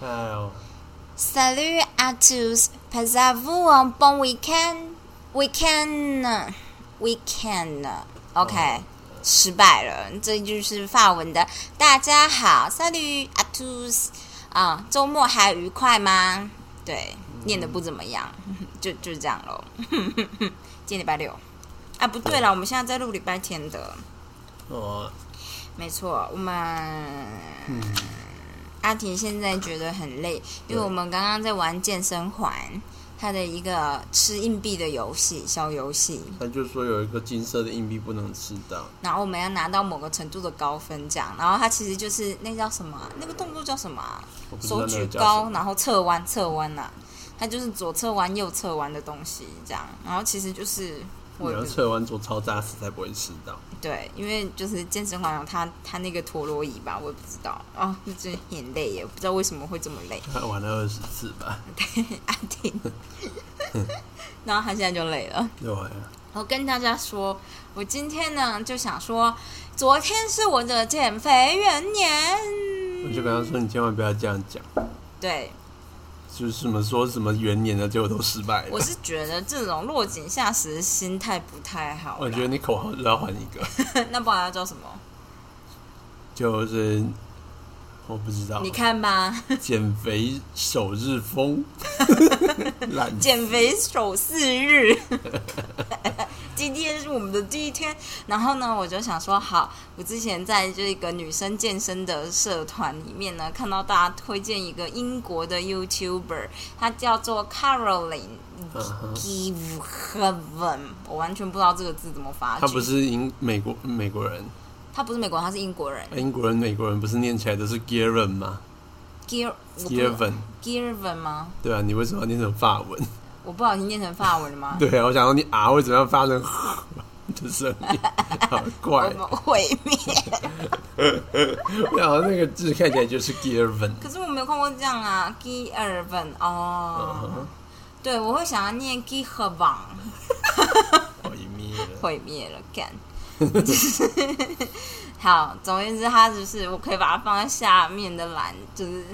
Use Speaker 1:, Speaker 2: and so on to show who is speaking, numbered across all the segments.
Speaker 1: 哦
Speaker 2: Salut à tous, passez-vous un bon week-end? Weekend, weekend, OK，、失败了。这就是法文的“大家好 ”，Salut à tous。啊，周末还愉快吗？对，念的不怎么样， 就就这样喽。 今天礼拜六啊，不对了，我们现在在录礼拜天的，
Speaker 1: 哦，
Speaker 2: 没错，我们。阿婷现在觉得很累，因为
Speaker 1: 对
Speaker 2: 我们刚刚在玩健身环，它的一个吃硬币的游戏，小游戏。
Speaker 1: 他就说有一个金色的硬币不能吃到，
Speaker 2: 然后我们要拿到某个程度的高分，这样。然后它其实就是那叫什么啊、那个动作叫什么啊、
Speaker 1: 我不知道
Speaker 2: 手
Speaker 1: 那
Speaker 2: 举
Speaker 1: 个叫什
Speaker 2: 高，
Speaker 1: 么。
Speaker 2: 然后侧弯，侧弯呐、它就是左侧弯、右侧弯的东西，这样。然后其实就是我
Speaker 1: 你
Speaker 2: 也
Speaker 1: 要
Speaker 2: 不
Speaker 1: 测完做超扎实才不会吃到。
Speaker 2: 对，因为就是健身环有它它那个陀螺仪吧，我也不知道哦，就真的很累耶，不知道为什么会这么累。
Speaker 1: 他玩了二十次吧，
Speaker 2: 阿婷，然后他现在就累了。
Speaker 1: 对，啊
Speaker 2: 我跟大家说，我今天呢就想说，昨天是我的减肥元年。
Speaker 1: 我就跟他说你千万不要这样讲，
Speaker 2: 对，
Speaker 1: 就是什么说什么元年的结果都失败了。
Speaker 2: 我是觉得这种落井下石的心态不太好啦。
Speaker 1: 我觉得你口号就要换一个，
Speaker 2: 那不然要叫什么？
Speaker 1: 就是我不知道
Speaker 2: 你看吧，
Speaker 1: 减肥首 日风，懒
Speaker 2: 减肥首四日， 今天是我们的第一天。然后呢，我就想说，好，我之前在这个女生健身的社团里面呢，看到大家推荐一个英国的 YouTuber，她叫做 Caroline
Speaker 1: 嗯哼
Speaker 2: Give Heaven，我完全不知道这个字怎么发。
Speaker 1: 他不，是英美国美国人，
Speaker 2: 她不是美国人，她是英国人。
Speaker 1: 英国人美国人不是念起来都是 Garen 吗
Speaker 2: Gear
Speaker 1: ？Garen
Speaker 2: Gearven 吗？
Speaker 1: 对啊，你为什么要念成法文？
Speaker 2: 我不小心念成法文了吗？
Speaker 1: 对啊，我想说你啊，为什么要发成的声音？好
Speaker 2: 我
Speaker 1: 怪！
Speaker 2: 们毁灭。
Speaker 1: 我想说那个字看起来就是 Given，
Speaker 2: 可是我没有看过这样啊，Gearven 哦。
Speaker 1: 嗯
Speaker 2: 对，我会想要念 g i h e v a n
Speaker 1: 毁灭了。
Speaker 2: 毁灭了，干。好，总而言之，它就是我可以把它放在下面的栏，就是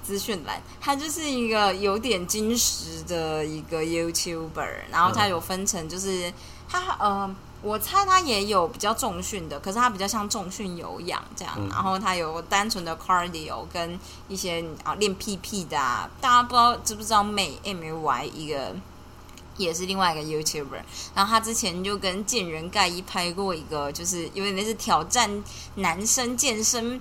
Speaker 2: 资讯栏。它就是一个有点金石的一个 YouTuber，然后它
Speaker 1: 嗯
Speaker 2: 有分成，就是它呃，我猜它也有比较重训的，可是它比较像重训有氧这样，
Speaker 1: 嗯
Speaker 2: 然后它有单纯的 cardio 跟一些啊练屁屁的、啊，大家不知道知不知道 May M A Y 一个也是另外一个 YouTuber，然后他之前就跟健人盖伊拍过一个，就是有点类似挑战男生健身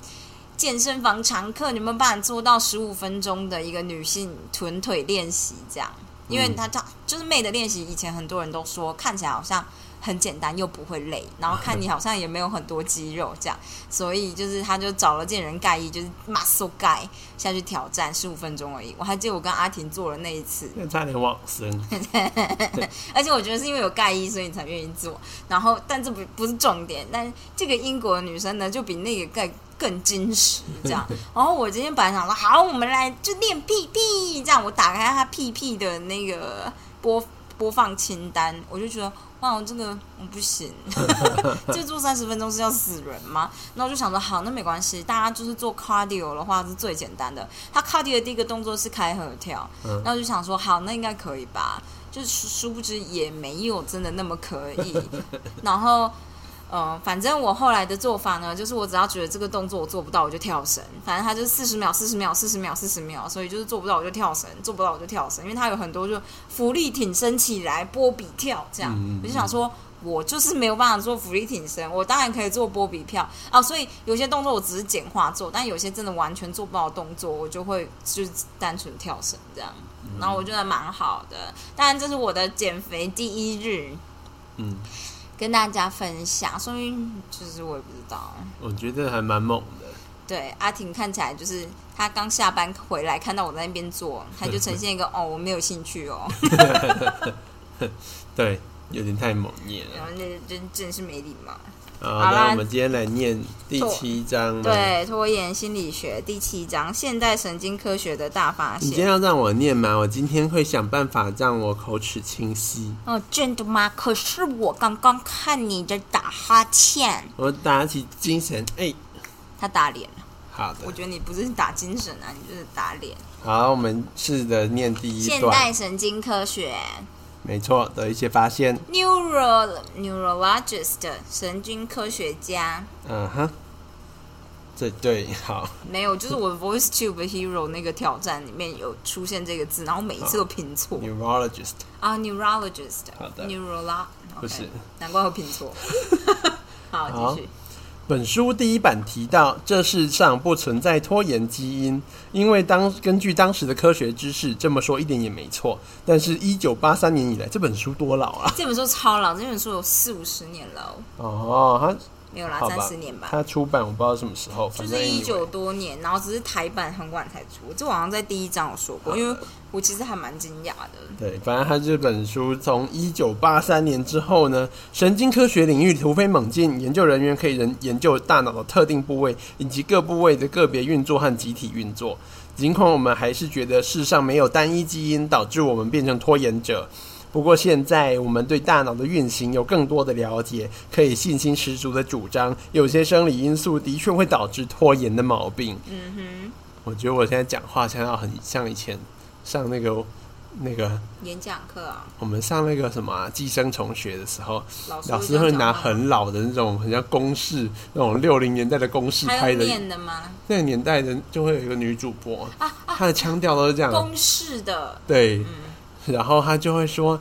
Speaker 2: 健身房常客，你们办法做到十五分钟的一个女性臀腿练习这样，因为他他就是妹的练习，以前很多人都说看起来好像。很简单又不会累，然后看你好像也没有很多肌肉这样，所以就是他就找了健人盖伊，就是 muscle guy 下去挑战十五分钟而已。我还记得我跟阿婷做了那一次，
Speaker 1: 那差点往生，
Speaker 2: 而且我觉得是因为有盖伊，所以你才愿意做。然后，但这不不是重点。但这个英国的女生呢，就比那个盖更矜持，这样。然后我今天本来想说，好，我们来就练屁屁，这样。我打开她屁屁的那个播播放清单，我就觉得，哇，我这个我不行，这做三十分钟是要死人吗？那我就想说，好，那没关系，大家就是做 cardio 的话是最简单的。她 cardio 的第一个动作是开合跳，
Speaker 1: 嗯
Speaker 2: 那我就想说，好，那应该可以吧。就是殊殊不知也没有真的那么可以。然后，呃，反正我后来的做法呢，就是我只要觉得这个动作我做不到，我就跳绳。反正它就是四十秒、四十秒、四十秒、四十秒，所以就是做不到我就跳绳，做不到我就跳绳，因为它有很多就浮力挺身起来、波比跳这样。
Speaker 1: 嗯嗯
Speaker 2: 我就想说。我就是没有办法做浮力挺身，我当然可以做波比跳啊，所以有些动作我只是简化做，但有些真的完全做不到的动作，我就会就是单纯跳绳这样。
Speaker 1: 嗯
Speaker 2: 然后我觉得蛮好的。当然，这是我的减肥第一日，
Speaker 1: 嗯，
Speaker 2: 跟大家分享。说明就是我也不知道。
Speaker 1: 我觉得还蛮猛的。
Speaker 2: 对，阿婷看起来就是她刚下班回来，看到我在那边做，她就呈现 一个哦，我没有兴趣哦，
Speaker 1: 对，有点太猛念
Speaker 2: 然
Speaker 1: 了。
Speaker 2: 后那真真是没礼貌。
Speaker 1: 好，
Speaker 2: 好啦
Speaker 1: 那我们今天来念第七章。，
Speaker 2: 对，拖延心理学第七章，现代神经科学的大发
Speaker 1: 你今天
Speaker 2: 现。
Speaker 1: 要让我念吗？我今天会想办法让我口齿清晰。
Speaker 2: 哦，真的吗？可是我刚刚看你在打哈欠，
Speaker 1: 我打起精神，哎、
Speaker 2: 他打脸了。
Speaker 1: 好
Speaker 2: 我
Speaker 1: 的，
Speaker 2: 觉得你不是打精神啊，你就是打脸。
Speaker 1: 好，我们试着念第一
Speaker 2: 现
Speaker 1: 段
Speaker 2: 代，神经科学
Speaker 1: 没错的一些发现。
Speaker 2: （neuro neurologist） 神经科学家。
Speaker 1: 嗯哼，这对好，
Speaker 2: 没有，就是我 Voice Tube Hero 那个挑战里面有出现这个字，然后每一次都拼错
Speaker 1: neurologist
Speaker 2: 啊，neurologist，
Speaker 1: 嗯好的
Speaker 2: n e u r o l o
Speaker 1: 不是，
Speaker 2: 难怪会拼错。 好，
Speaker 1: 好
Speaker 2: 继续。
Speaker 1: 本书第一版提到，这世上不存在拖延基因，因为当根据当时的科学知识这么说一点也没错。但是，一九八三年以来，这本书多老啊！
Speaker 2: 这本书超老，这本书有四五十年了哦，
Speaker 1: 哦，它
Speaker 2: 没有啦，
Speaker 1: 好
Speaker 2: 三
Speaker 1: 吧
Speaker 2: 十年吧。
Speaker 1: 它出版我不知道什么时候，
Speaker 2: 就
Speaker 1: 反正
Speaker 2: 是
Speaker 1: anyway
Speaker 2: 一九多年，然后只是台版很晚才出，这我好像在第一章有说过，因为我其实还蛮惊讶的。
Speaker 1: 对，反正他这本书从一九八三年之后呢，神经科学领域突飞猛进，研究人员可以研研究大脑的特定部位以及各部位的个别运作和集体运作。尽管我们还是觉得世上没有单一基因导致我们变成拖延者，不过现在我们对大脑的运行有更多的了解，可以信心十足的主张，有些生理因素的确会导致拖延的毛病。
Speaker 2: 嗯
Speaker 1: 我觉得我现在讲话像要很像以前上那个那个。
Speaker 2: 哼，演讲课啊，
Speaker 1: 我们上那个什么啊、寄生虫学的时候，
Speaker 2: 老师
Speaker 1: 老
Speaker 2: 老
Speaker 1: 师会拿很老的那种，很像公式那种六零年代的公式
Speaker 2: 还
Speaker 1: 拍
Speaker 2: 有
Speaker 1: 的，
Speaker 2: 念的吗？
Speaker 1: 那个年代的就会有一个女主播，
Speaker 2: 啊啊，
Speaker 1: 她的腔调都是这样的，
Speaker 2: 公嗯式的，
Speaker 1: 对，然后她就会说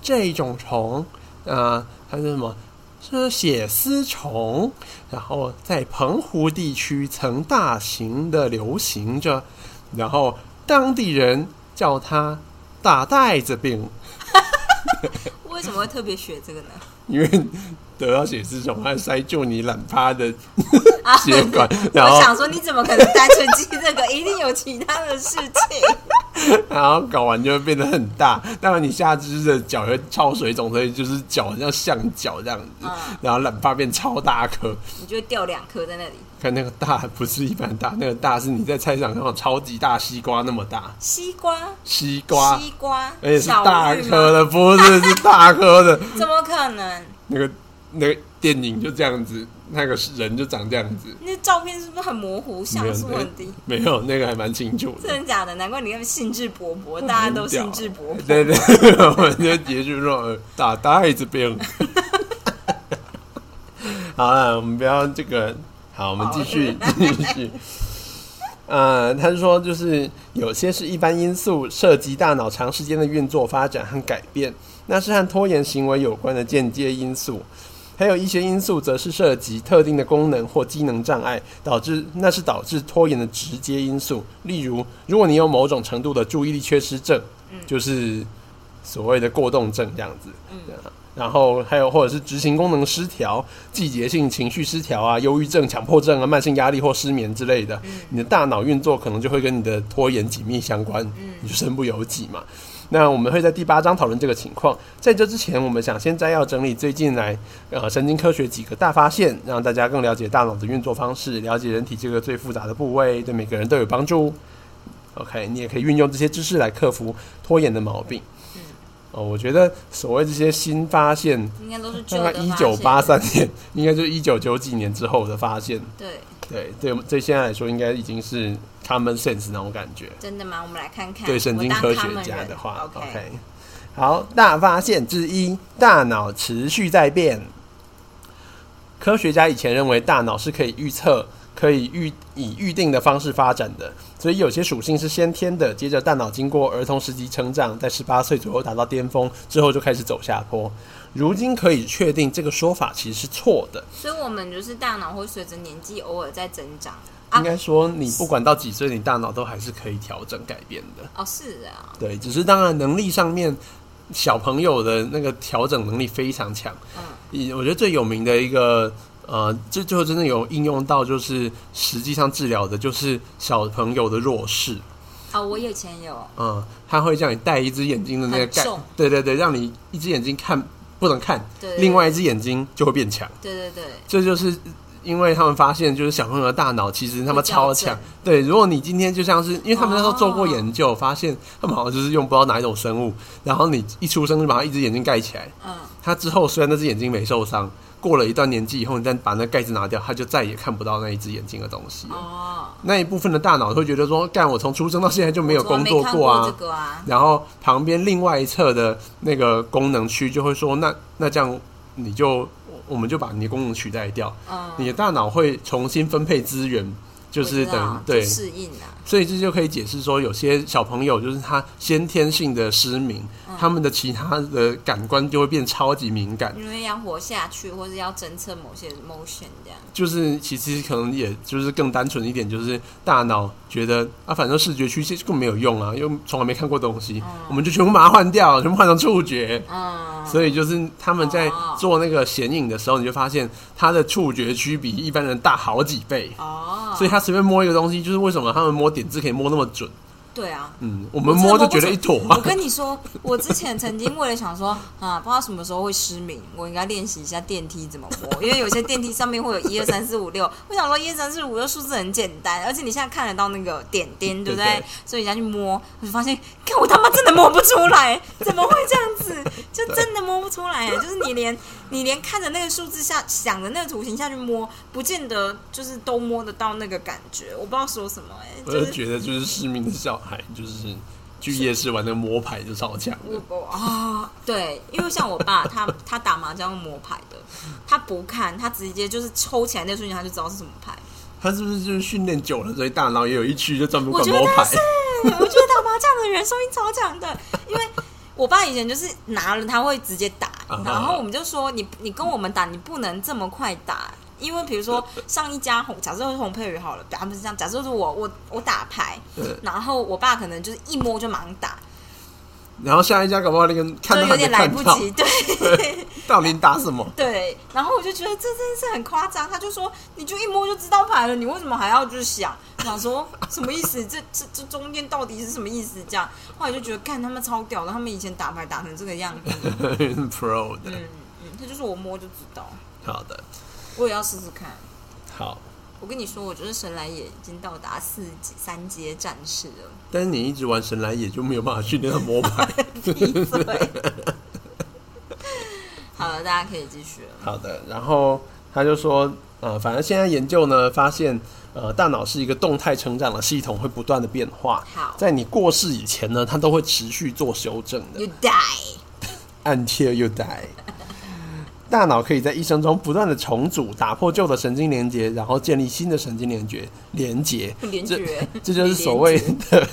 Speaker 1: 这种虫，啊，它是什么？是血丝虫，然后在澎湖地区曾大型的流行着，然后当地人叫它大袋子病。
Speaker 2: 为什么会特别学这个 呢？
Speaker 1: 因为得到血丝虫，它塞住你懒趴的血管，然
Speaker 2: 啊我
Speaker 1: 后
Speaker 2: 想说，你怎么可能单纯记这个？一定有其他的事 情。
Speaker 1: 然后搞完就会变得很大。当然，你下肢的脚会超水肿，所以就是脚好像象脚这样子，
Speaker 2: 嗯
Speaker 1: 然后懒趴变超大颗。
Speaker 2: 你就会掉两颗在那里。
Speaker 1: 看那个大不是一般大，那个大是你在菜市场看到超级大西瓜那么大，
Speaker 2: 西瓜，
Speaker 1: 西瓜，
Speaker 2: 西瓜，
Speaker 1: 而且是
Speaker 2: 小
Speaker 1: 大
Speaker 2: 玉吗
Speaker 1: 颗的，不是是大颗的。
Speaker 2: 怎么可能？
Speaker 1: 那个那个电影就这样子，那个人就长这样子，
Speaker 2: 那照片是不是很模糊，
Speaker 1: 没有
Speaker 2: 像素
Speaker 1: 那个
Speaker 2: 很低？
Speaker 1: 没有那个还蛮清楚的。
Speaker 2: 真的假的？难怪你那么兴致勃勃，大家都兴致勃勃。
Speaker 1: 对对，我们就结束说呃打袋子病。 好了，我们不要这个。好，我们继续 继续。呃，他说就是有些是一般因素涉及大脑长时间的运作、发展和改变，那是和拖延行为有关的间接因素。还有一些因素则是涉及特定的功能或机能障碍，导致那是导致拖延的直接因素。例如，如果你有某种程度的注意力缺失症，就是所谓的过动症这样子。然后还有或者是执行功能失调、季节性情绪失调啊、忧郁症、强迫症啊、慢性压力或失眠之类的，你的大脑运作可能就会跟你的拖延紧密相关，你就身不由己嘛。那我们会在第八章讨论这个情况。在这之前，我们想先摘要整理最近来呃神经科学几个大发现，让大家更了解大脑的运作方式，了解人体这个最复杂的部位，对每个人都有帮助。OK，你也可以运用这些知识来克服拖延的毛病。哦，我觉得所谓这些新发现，
Speaker 2: 应该都是旧
Speaker 1: 大概
Speaker 2: 的。
Speaker 1: 一九八，三年，应该就是一九九几年之后的发现。
Speaker 2: 对，
Speaker 1: 对，对，对，现在来说应该已经是 common sense 那种感觉。
Speaker 2: 真的吗？我们来看看。
Speaker 1: 对神经
Speaker 2: 我当
Speaker 1: 科
Speaker 2: 他
Speaker 1: 学
Speaker 2: 们
Speaker 1: 家
Speaker 2: 人
Speaker 1: 的话
Speaker 2: o k
Speaker 1: 好，大发现之一，大脑持续在变。科学家以前认为大脑是可以预测、可以预以预定的方式发展的，所以有些属性是先天的。接着，大脑经过儿童时期成长，在十八岁左右达到巅峰之后，就开始走下坡。如今可以确定，这个说法其实是错的。
Speaker 2: 所以我们就是大脑会随着年纪偶尔在增长。
Speaker 1: 应该说，你不管到几岁，你大脑都还是可以调整改变的。
Speaker 2: 哦，是啊，
Speaker 1: 对，只是当然能力上面，小朋友的那个调整能力非常强。
Speaker 2: 嗯
Speaker 1: 嗯，我觉得最有名的一个呃，这最后真的有应用到，就是实际上治疗的就是小朋友的弱视。
Speaker 2: 哦，我以前有，
Speaker 1: 嗯，他会叫你戴一只眼睛的那个盖
Speaker 2: 很重，
Speaker 1: 对对对，让你一只眼睛看不能看，
Speaker 2: 对
Speaker 1: 另外一只眼睛就会变强。
Speaker 2: 对对对，
Speaker 1: 这就是因为他们发现，就是小朋友的大脑其实他们超强
Speaker 2: 会矫。哦
Speaker 1: 对，如果你今天就像是，因为他们那时候做过研究，发现他们好像就是用不知道哪一种生物，然后你一出生就把他一只眼睛盖起来。
Speaker 2: 嗯，
Speaker 1: 他之后虽然那只眼睛没受伤，过了一段年纪以后，你再把那盖子拿掉，他就再也看不到那一只眼睛的东西了。
Speaker 2: 哦，
Speaker 1: 那一部分的大脑会觉得说，干我从出生到现在就没有
Speaker 2: 我从
Speaker 1: 工
Speaker 2: 来
Speaker 1: 作
Speaker 2: 看
Speaker 1: 过啊，
Speaker 2: 这个啊，
Speaker 1: 然后旁边另外一侧的那个功能区就会说，那那这样你就我们就把你的功能取代掉，
Speaker 2: 嗯，
Speaker 1: 你的大脑会重新分配资源，就
Speaker 2: 就是
Speaker 1: 等于对，
Speaker 2: 适应啊，
Speaker 1: 所以这就可以解释说，有些小朋友就是他先天性的失明，
Speaker 2: 嗯
Speaker 1: 他们的其他的感官就会变超级敏感，
Speaker 2: 因为要活下去，或是要侦测某些 motion 这样，
Speaker 1: 就是其实可能也就是更单纯一点，就是大脑觉得啊，反正视觉区其实更没有用啊，又从来没看过东西，我们就全部把它换掉，全部换成触觉。
Speaker 2: 嗯，
Speaker 1: 所以就是他们在
Speaker 2: 哦
Speaker 1: 做那个显影的时候，你就发现它的触觉区比一般人大好几倍，
Speaker 2: 哦，
Speaker 1: 所以他随便摸一个东西，就是为什么他们摸点字可以摸那么准？
Speaker 2: 对啊，
Speaker 1: 嗯，我们摸就觉得一坨啊
Speaker 2: 我。跟你说，我之前曾经为了想说啊，不知道什么时候会失明，我应该练习一下电梯怎么摸，因为有些电梯上面会有一二三四五六，我想说一二三四五六数字很简单，而且你现在看得到那个点点，对不对？
Speaker 1: 对对
Speaker 2: 所以人家去摸，我就发现，看我他妈真的摸不出来，怎么会这样子？就真的摸不出来，欸就是你连你连看着那个数字下想着那个图形下去摸，不见得就是都摸得到那个感觉，我不知道说什么、哎，
Speaker 1: 我
Speaker 2: 就
Speaker 1: 就是觉得就是市民的小孩，就是去夜市玩那个摸牌就超强的
Speaker 2: 我我啊，对，因为像我 爸，他他打麻将用摸牌的，他不看，他直接就是抽起来那瞬间他就知道是什么牌。
Speaker 1: 他是不是就是训练久了，所以大脑也有一区就专门
Speaker 2: 我
Speaker 1: 管
Speaker 2: 觉
Speaker 1: 摸
Speaker 2: 得
Speaker 1: 牌？
Speaker 2: 是，我觉得打麻将的人收音超强的，因为我爸以前就是拿了他会直接打
Speaker 1: 啊，
Speaker 2: 然后我们就说你你跟我们打，你不能这么快打。因为比如 说上一家红，假设是红配鱼好了，他们是这样，假设是我我我打牌，
Speaker 1: 对。
Speaker 2: 然后我爸可能就是一摸就马上打，
Speaker 1: 然后下一家搞不好那个看
Speaker 2: 就
Speaker 1: 都
Speaker 2: 有
Speaker 1: 还没
Speaker 2: 点来
Speaker 1: 看
Speaker 2: 不
Speaker 1: 到，
Speaker 2: 及，对。
Speaker 1: 到底打 什么？
Speaker 2: 对，然后我就觉得这真是很夸张。他就说，你就一摸就知道牌了，你为什么还要就是想我想说什么意思？这 这这中间到底是什么意思？这样，后来就觉得看他们超屌的，他们以前打牌打成这个样子。
Speaker 1: Pro 的，
Speaker 2: 嗯嗯，他就说我摸就知道，
Speaker 1: 好的，
Speaker 2: 我也要试试看。
Speaker 1: 好。
Speaker 2: 我跟你说，我就是神来也已经到达四级三阶战士了。
Speaker 1: 但是你一直玩神来也就没有办法训练到摸牌。
Speaker 2: 闭嘴。好了，大家可以继续了。
Speaker 1: 好的，然后他就说，呃，反正现在研究呢发现，呃，大脑是一个动态成长的系统，会不断的变化。
Speaker 2: 好
Speaker 1: 在你过世以前呢，它都会持续做修正的。
Speaker 2: You die。
Speaker 1: Until you die，大脑可以在一生中不断的重组，打破旧的神经连接，然后建立新的神经连接连接。
Speaker 2: 联
Speaker 1: 这
Speaker 2: 觉，
Speaker 1: 这就是所谓的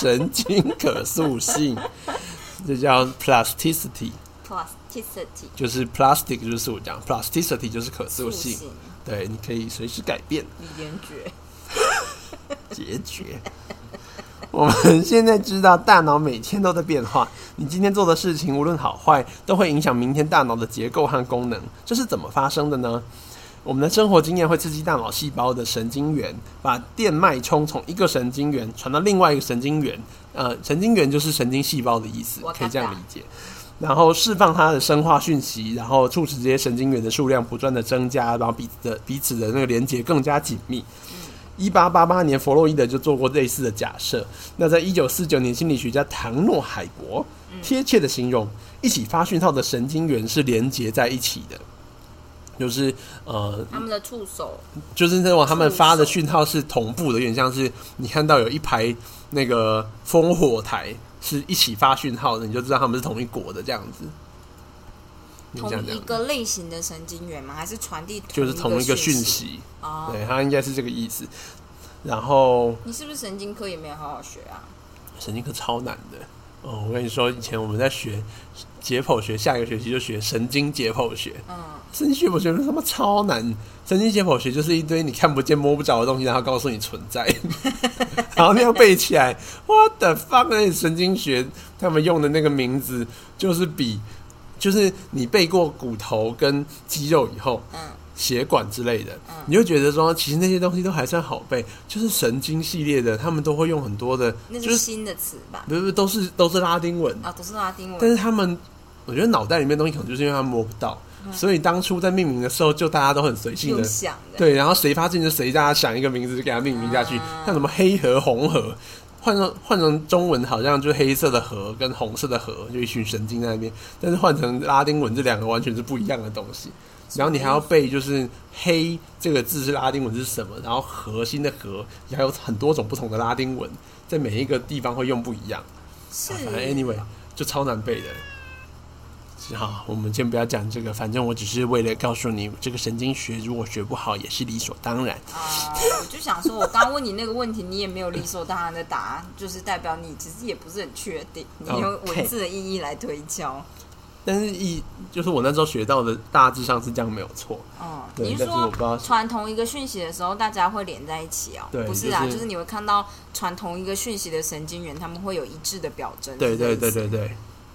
Speaker 1: 神经可塑性，这叫 plasticity。
Speaker 2: plasticity
Speaker 1: 就是 plastic 就是塑胶，plasticity 就是可塑
Speaker 2: 塑
Speaker 1: 性，
Speaker 2: 性
Speaker 1: 对，你可以随时改变
Speaker 2: 李连觉。
Speaker 1: 结局。 我们现在知道大脑每天都在变化，你今天做的事情无论好坏，都会影响明天大脑的结构和功能。这是怎么发生的呢？我们的生活经验会刺激大脑细胞的神经元，把电脉冲从一个神经元传到另外一个神经元。呃，神经元就是神经细胞的意思
Speaker 2: 我，
Speaker 1: 可以这
Speaker 2: 看到
Speaker 1: 样理解。然后释放它的生化讯息，然后促使这些神经元的数量不断的增加，然后彼此的彼此的那个连接更加紧密。一八八八年，弗洛伊德就做过类似的假设。那在一九四九年，心理学家唐诺海伯
Speaker 2: 嗯
Speaker 1: 贴切的形容，一起发讯号的神经元是连接在一起的，就是呃，
Speaker 2: 他们的触手，
Speaker 1: 就是那种他们发的
Speaker 2: 触手
Speaker 1: 讯号是同步的，有点像是你看到有一排那个烽火台是一起发讯号的，你就知道他们是同一国的这样子。你
Speaker 2: 同
Speaker 1: 这样
Speaker 2: 一
Speaker 1: 讲，
Speaker 2: 个类型的神经元吗？还是传递
Speaker 1: 就是同一
Speaker 2: 一
Speaker 1: 个
Speaker 2: 个
Speaker 1: 讯
Speaker 2: 息？
Speaker 1: 息，
Speaker 2: 哦，
Speaker 1: 对，它应该是这个意思。然后
Speaker 2: 你是不是神经科也没有好好学啊？
Speaker 1: 神经科超难的。哦，我跟你说，以前我们在学解剖学，下一个学期就学神经解剖学。
Speaker 2: 嗯，
Speaker 1: 神经解剖学他妈超难，神经解剖学就是一堆你看不见摸不着的东西，然后告诉你存 在，然后那样背起来。What the fuck？那神经学他们用的那个名字就是比，就是你背过骨头跟肌肉以后，
Speaker 2: 嗯，
Speaker 1: 血管之类的
Speaker 2: 嗯，
Speaker 1: 你就觉得说其实那些东西都还算好背，就是神经系列的，他们都会用很多的，
Speaker 2: 那
Speaker 1: 就是是
Speaker 2: 新的词吧？
Speaker 1: 不是不是都是都是拉丁文，
Speaker 2: 啊，都是拉丁
Speaker 1: 但
Speaker 2: 文。
Speaker 1: 是他们，我觉得脑袋里面的东西可能就是因为他们摸不到，所以当初在命名的时候，就大家都很随性
Speaker 2: 用
Speaker 1: 的，
Speaker 2: 嗯想的，
Speaker 1: 对，然后谁发现就谁，大家想一个名字就给它命名下去，
Speaker 2: 啊
Speaker 1: 像什么黑河、红河，换成换成中文好像就是黑色的河跟红色的河，就一群神经在那边，但是换成拉丁文，这两个完全是不一样的东西。然后你还要背，就是“黑”这个字是拉丁文是什么，然后核心的“核”也还有很多种不同的拉丁文，在每一个地方会用不一样。
Speaker 2: 是
Speaker 1: 啊反正 anyway 就超难背的。好，我们先不要讲这个，反正我只是为了告诉你，这个神经学如果学不好也是理所当然。
Speaker 2: 啊、我就想说，我刚问你那个问题，你也没有理所当然的答案，就是代表你其实也不是很确定，你用
Speaker 1: OK
Speaker 2: 文字的意义来推敲。
Speaker 1: 但是一就是我那时候学到的，大致上是这样没有错。
Speaker 2: 哦，
Speaker 1: 对
Speaker 2: 你是
Speaker 1: 但是我
Speaker 2: 说
Speaker 1: 不知道
Speaker 2: 传同一个讯息的时候，大家会连在一起哦？
Speaker 1: 对
Speaker 2: 不是啊，
Speaker 1: 就是
Speaker 2: 就是你会看到传同一个讯息的神经元，他们会有一致的表征。
Speaker 1: 对
Speaker 2: 是这个
Speaker 1: 对对
Speaker 2: 意思
Speaker 1: 对对，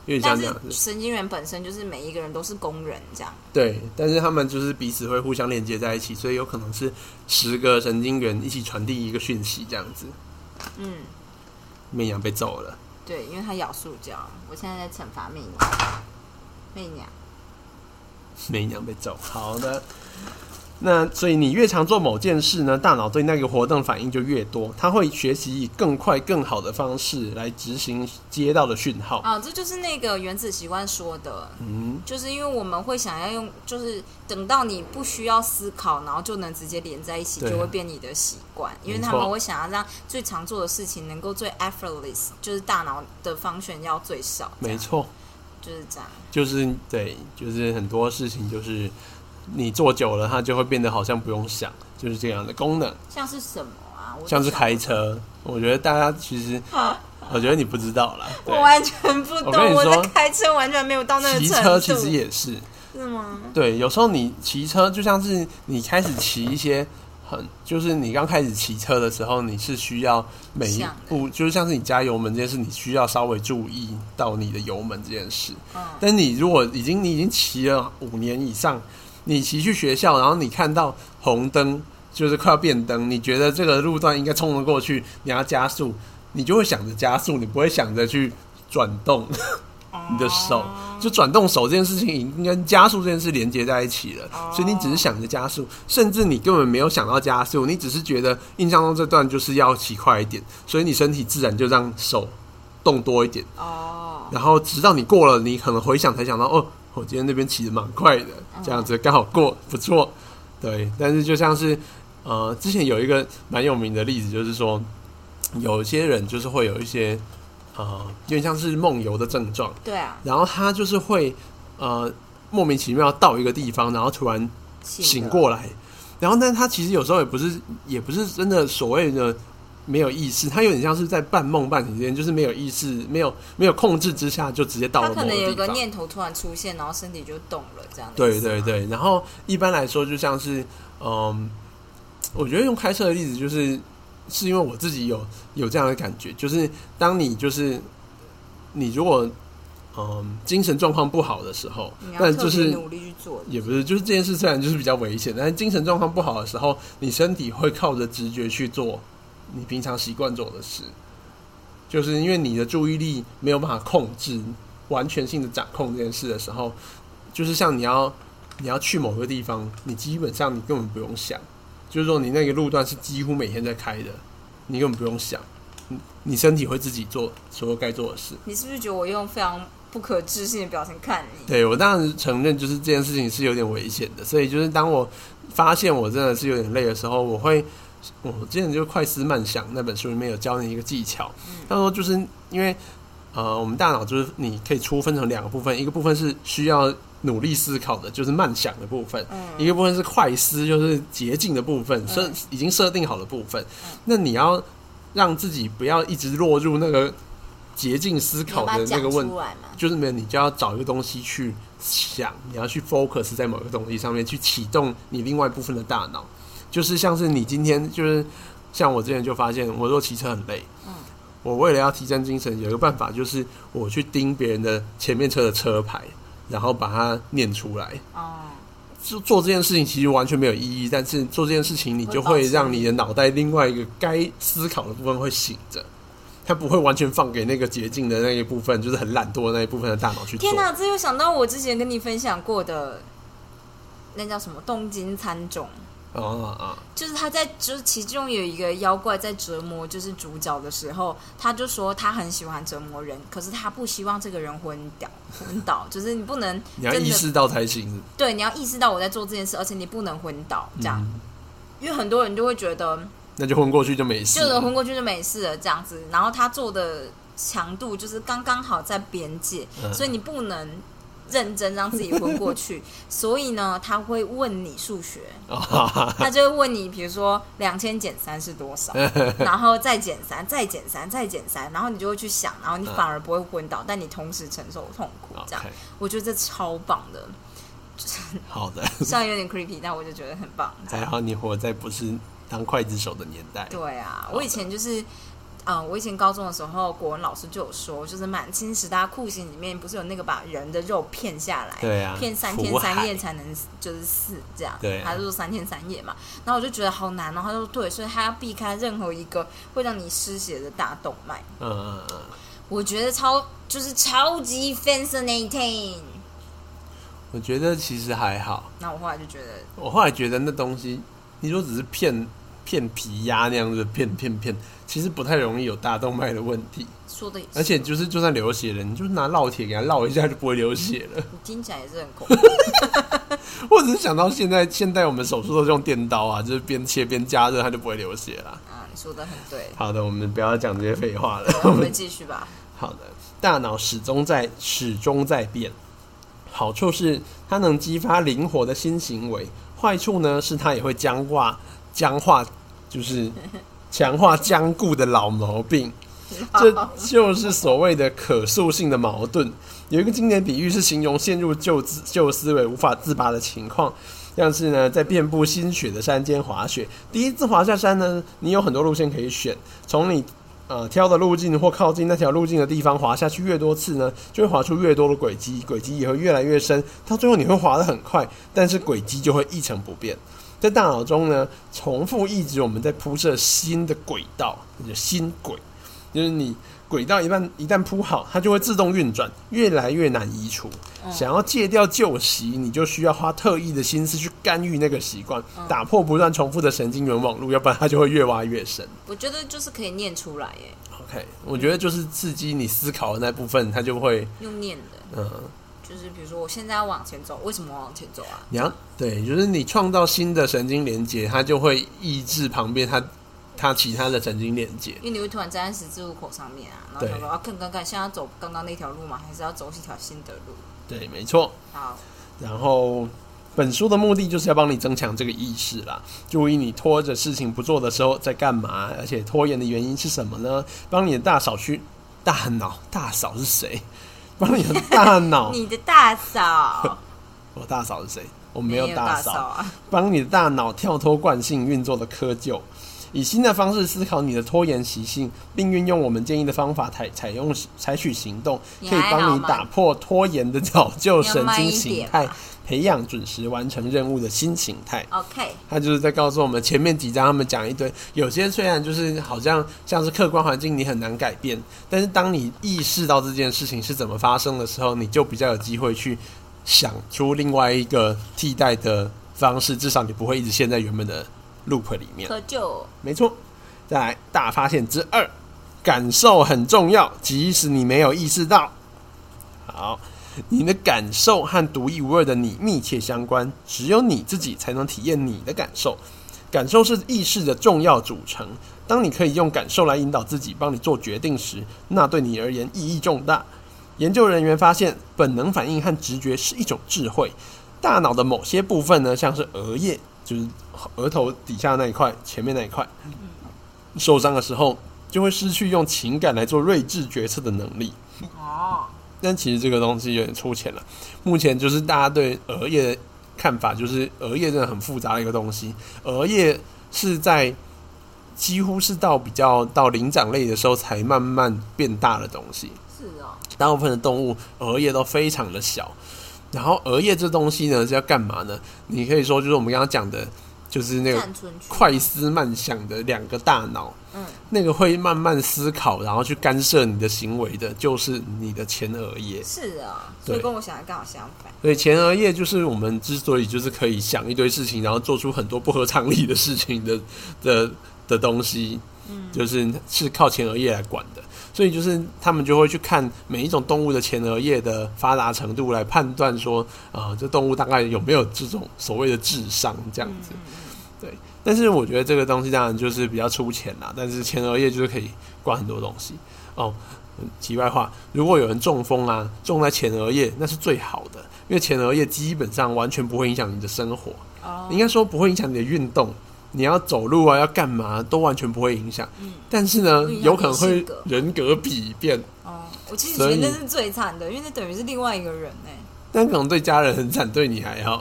Speaker 1: 因为像
Speaker 2: 但
Speaker 1: 这
Speaker 2: 是
Speaker 1: 样子，
Speaker 2: 神经元本身就是每一个人都是工人这样。
Speaker 1: 对，但是他们就是彼此会互相连接在一起，所以有可能是十个神经元一起传递一个讯息这样子。
Speaker 2: 嗯，
Speaker 1: 媚娘被揍了，
Speaker 2: 对，因为他咬塑胶，我现在在惩罚媚娘。媚娘，
Speaker 1: 媚娘被揍。好的，那所以你越常做某件事呢，大脑对那个活动反应就越多，它会学习以更快、更好的方式来执行接到的讯号。
Speaker 2: 啊，这就是那个原子习惯说的，
Speaker 1: 嗯，
Speaker 2: 就是因为我们会想要用，就是等到你不需要思考，然后就能直接连在一起，
Speaker 1: 对
Speaker 2: 就会变你的习惯。因为他
Speaker 1: 没
Speaker 2: 们
Speaker 1: 错
Speaker 2: 会想要让最常做的事情能够最 effortless，就是大脑的 function 要最少，这
Speaker 1: 没
Speaker 2: 样
Speaker 1: 错。
Speaker 2: 就是这样。
Speaker 1: 就是对，就是很多事情就是你做久了，它就会变得好像不用想，就是这样的功能。
Speaker 2: 像是什么啊？我都
Speaker 1: 像是
Speaker 2: 想
Speaker 1: 开
Speaker 2: 不
Speaker 1: 车，我觉得大家其实，我觉得你不知道啦。对
Speaker 2: 我，完全不
Speaker 1: 我跟
Speaker 2: 懂，
Speaker 1: 你
Speaker 2: 我
Speaker 1: 说
Speaker 2: 在开车完全没有到那个
Speaker 1: 骑
Speaker 2: 程度。
Speaker 1: 车其实也是，
Speaker 2: 是吗？
Speaker 1: 对，有时候你骑车就像是你开始骑一些很，就是你刚开始骑车的时候，你是需要每一
Speaker 2: 想的
Speaker 1: 步，就是像是你加油门这件事，你需要稍微注意到你的油门这件事。
Speaker 2: 嗯
Speaker 1: 但你如果已经你已经骑了五年以上，你骑去学校，然后你看到红灯就是快要变灯，你觉得这个路段应该冲得过去，你要加速，你就会想着加速，你不会想着去转动。你的手，就转动手这件事情已经跟加速这件事连接在一起了，所以你只是想着加速，甚至你根本没有想到加速，你只是觉得印象中这段就是要骑快一点，所以你身体自然就让手动多一点，
Speaker 2: 哦，
Speaker 1: 然后直到你过了，你可能回想才想到，哦，我今天那边骑的蛮快的，这样子刚好过，不错。对，但是就像是呃，之前有一个蛮有名的例子，就是说有些人就是会有一些呃，有点像是梦游的症状。
Speaker 2: 对啊，
Speaker 1: 然后他就是会呃莫名其妙到一个地方，然后突然
Speaker 2: 醒
Speaker 1: 醒
Speaker 2: 了
Speaker 1: 过来，然后但他其实有时候也不是也不是真的所谓的没有意识，他有点像是在半梦半醒之间，就是没有意识、没有没有控制之下就直接到
Speaker 2: 他
Speaker 1: 了某
Speaker 2: 可能有
Speaker 1: 地
Speaker 2: 个
Speaker 1: 方。
Speaker 2: 念头突然出现，然后身体就动了，这样的意
Speaker 1: 对
Speaker 2: 思啊
Speaker 1: 对
Speaker 2: 吗，
Speaker 1: 对，然后一般来说就像是嗯，我觉得用开车的例子就是是因为我自己有有这样的感觉，就是当你就是你如果嗯精神状况不好的时候
Speaker 2: 你，要
Speaker 1: 但
Speaker 2: 特
Speaker 1: 就
Speaker 2: 别
Speaker 1: 是
Speaker 2: 努力去做。
Speaker 1: 也不是，就是这件事虽然就是比较危险，但是精神状况不好的时候，你身体会靠着直觉去做你平常习惯做的事，就是因为你的注意力没有办法控制完全性的掌控这件事的时候，就是像你要你要去某个地方，你基本上你根本不用想，就是说你那个路段是几乎每天在开的，你根本不用想，你你身体会自己做所有该做的事。
Speaker 2: 你是不是觉得我用非常不可置信的表情看你？
Speaker 1: 对我当然承认，就是这件事情是有点危险的，所以就是当我发现我真的是有点累的时候，我会，我之前就《快思慢想》那本书里面有教你一个技巧，
Speaker 2: 嗯
Speaker 1: 他说就是因为呃，我们大脑就是你可以粗分成两个部分，一个部分是需要努力思考的，就是慢想的部分，
Speaker 2: 嗯
Speaker 1: 一个部分是快思，就是捷径的部分，设、已经设定好的部分。
Speaker 2: 嗯
Speaker 1: 那你要让自己不要一直落入那个捷径思
Speaker 2: 你要
Speaker 1: 考
Speaker 2: 把它
Speaker 1: 的那
Speaker 2: 讲
Speaker 1: 个问
Speaker 2: 出来嘛？
Speaker 1: 就是没有，你就要找一个东西去想，你要去 focus 在某个东西上面，去启动你另外一部分的大脑。就是像是你今天，就是像我之前就发现，我若骑车很累，
Speaker 2: 嗯，
Speaker 1: 我为了要提振精神，有一个办法就是我去盯别人的前面车的车牌，然后把它念出来。
Speaker 2: 哦，
Speaker 1: 就做这件事情其实完全没有意义，但是做这件事情你就会让你的脑袋另外一个该思考的部分会醒着，它不会完全放给那个捷径的那一部分，就是很懒惰的那一部分的大脑去做
Speaker 2: 天。哪、这又想到我之前跟你分享过的那叫什么东京参种，
Speaker 1: 啊啊
Speaker 2: 就是他在就是其中有一个妖怪在折磨就是主角的时候，他就说他很喜欢折磨人，可是他不希望这个人昏倒，昏倒就是你不能
Speaker 1: 你要
Speaker 2: 真
Speaker 1: 意
Speaker 2: 的
Speaker 1: 识到才行。
Speaker 2: 对，你要意识到我在做这件事，而且你不能昏倒这样，
Speaker 1: 嗯
Speaker 2: 因为很多人就会觉得
Speaker 1: 那就昏过去就没事
Speaker 2: 就
Speaker 1: 了。
Speaker 2: 人昏过去就没事了这样子，然后他做的强度就是刚刚好在边界，
Speaker 1: 嗯
Speaker 2: 所以你不能认真让自己昏过 去，所以呢他会问你数学。
Speaker 1: 啊哈哈
Speaker 2: 他就会问你，比如说两千减三是多少，然后再减三，再减三，再减三，然后你就会去想，然后你反而不会昏倒，但你同时承受痛苦，这样
Speaker 1: OK，
Speaker 2: 我觉得这超棒的，
Speaker 1: 好的，
Speaker 2: 虽然有点 creepy，但我就觉得很棒。这
Speaker 1: 还
Speaker 2: 样
Speaker 1: 好你活在不是当刽子手的年代。
Speaker 2: 对啊，我以前就是。嗯，我以前高中的时候，国文老师就有说，就是满清十大酷刑里面不是有那个把人的肉骗下来，
Speaker 1: 对啊，
Speaker 2: 骗三
Speaker 1: 苦
Speaker 2: 天三夜
Speaker 1: 海
Speaker 2: 才能就是死这样，
Speaker 1: 对
Speaker 2: 他就说三天三夜嘛，然后我就觉得好难哦，他就说对，所以他要避开任何一个会让你失血的大动脉，
Speaker 1: 嗯嗯嗯，
Speaker 2: 我觉得超就是超级 fascinating。
Speaker 1: 我觉得其实还好。
Speaker 2: 那我后来就觉得，
Speaker 1: 我后来觉得那东西，你说只是骗骗皮鸭那样子骗骗骗，其实不太容易有大动脉的问题。
Speaker 2: 说的也是，
Speaker 1: 而且就是就算流血了，你就拿烙铁给它烙一下就不会流血了。
Speaker 2: 你听起来也是 很恐怖，
Speaker 1: 我只是想到现在，现在我们手术都是用电刀啊，就是边切边加热，它就不会流血啦。
Speaker 2: 啊，你说的很对，
Speaker 1: 好的，我们不要讲这些废话了。
Speaker 2: 我们继续吧。
Speaker 1: 好的，大脑始终在始终在变。好处是它能激发灵活的新行为，坏处呢是它也会僵化僵化，就是强化僵固的老毛病。这就是所谓的可塑性的矛盾。有一个经典比喻是形容陷入旧思旧思维无法自拔的情况，像是呢在遍布新雪的山间滑雪，第一次滑下山呢，你有很多路线可以选，从你呃挑的路径或靠近那条路径的地方滑下去越多次呢，就会滑出越多的轨迹，轨迹也会越来越深，到最后你会滑得很快，但是轨迹就会一成不变。在大脑中呢，重复一直我们在铺设新的轨道，就是新轨，就是你轨道一旦一旦铺好，它就会自动运转，越来越难移除。想要戒掉旧习，你就需要花特意的心思去干预那个习惯，打破不断重复的神经元网络，要不然它就会越挖越深。
Speaker 2: 我觉得就是可以念出来，耶，
Speaker 1: OK，我觉得就是刺激你思考的那部分，它就会，
Speaker 2: 用念的，
Speaker 1: 嗯、
Speaker 2: 就是比如说我现在要往前走，为什么我往前走啊？
Speaker 1: 你要对，就是你创造新的神经连接，它就会抑制旁边它它其他的神经连接。
Speaker 2: 因为你会突然站在十字路口上面啊，然后
Speaker 1: 对
Speaker 2: 想说啊，看看看，现在要走刚刚那条路吗？还是要走一条新的路？
Speaker 1: 对，没错。
Speaker 2: 好，
Speaker 1: 然后本书的目的就是要帮你增强这个意识啦，注意你拖着事情不做的时候在干嘛，而且拖延的原因是什么呢？帮你的大嫂去大脑大嫂是谁？帮你的大脑，
Speaker 2: 你的大嫂
Speaker 1: 我大嫂是谁？我 没
Speaker 2: 没
Speaker 1: 有
Speaker 2: 大
Speaker 1: 大
Speaker 2: 嫂
Speaker 1: 嫂。
Speaker 2: 啊，
Speaker 1: 帮你的大脑跳脱惯性运作的窠臼，以新的方式思考你的拖延习性，并运用我们建议的方法采采用采取行动，
Speaker 2: 你
Speaker 1: 可以
Speaker 2: 还好
Speaker 1: 帮你
Speaker 2: 吗
Speaker 1: 打破拖延的早就
Speaker 2: 要
Speaker 1: 神
Speaker 2: 慢
Speaker 1: 经
Speaker 2: 一
Speaker 1: 形
Speaker 2: 点
Speaker 1: 态
Speaker 2: 吧，
Speaker 1: 培养准时完成任务的新形态。
Speaker 2: OK，
Speaker 1: 他就是在告诉我们前面几章，他们讲一堆，有些虽然就是好像像是客观环境你很难改变，但是当你意识到这件事情是怎么发生的时候，你就比较有机会去想出另外一个替代的方式，至少你不会一直陷在原本的 loop 里面。
Speaker 2: 可就
Speaker 1: 没错，再来大发现之二，感受很重要，即使你没有意识到。好，你的感受和独一无二的你密切相关，只有你自己才能体验你的感受。感受是意识的重要组成。当你可以用感受来引导自己，帮你做决定时，那对你而言意义重大。研究人员发现，本能反应和直觉是一种智慧。大脑的某些部分呢，像是额叶，就是额头底下那一块，前面那一块，受伤的时候，就会失去用情感来做睿智决策的能力。
Speaker 2: 哦，
Speaker 1: 但其实这个东西有点粗浅了。目前就是大家对额叶的看法，就是额叶真的很复杂的一个东西。额叶是在几乎是到比较到灵长类的时候才慢慢变大的东西。
Speaker 2: 是哦，
Speaker 1: 大部分的动物额叶都非常的小。然后额叶这东西呢是要干嘛呢？你可以说就是我们刚刚讲的就是那个
Speaker 2: 站存区，
Speaker 1: 快思慢想的两个大脑，
Speaker 2: 嗯，
Speaker 1: 那个会慢慢思考，然后去干涉你的行为的，就是你的前额叶。
Speaker 2: 是啊，所以
Speaker 1: 对
Speaker 2: 跟我想的刚好相反。
Speaker 1: 所以前额叶就是我们之所以就是可以想一堆事情，然后做出很多不合常理的事情的的的东西，嗯，就是是靠前额叶来管的。所以就是他们就会去看每一种动物的前额叶的发达程度来判断说，啊、这动物大概有没有这种所谓的智商这样子。对，但是我觉得这个东西当然就是比较粗浅啦，但是前额叶就是可以管很多东西哦。嗯题外话，如果有人中风啊，中在前额叶那是最好的，因为前额叶基本上完全不会影响你的生活，
Speaker 2: 哦
Speaker 1: 应，该说不会影响你的运动，你要走路啊要干嘛都完全不会影响。但是呢
Speaker 2: 嗯不影，响
Speaker 1: 有可能
Speaker 2: 你
Speaker 1: 会
Speaker 2: 性格
Speaker 1: 人格疲变，
Speaker 2: 哦，我其实觉
Speaker 1: 所
Speaker 2: 得
Speaker 1: 以
Speaker 2: 那是最惨的，因为那等于是另外一个人欸呢、
Speaker 1: 但可能对家人很惨，对你还好。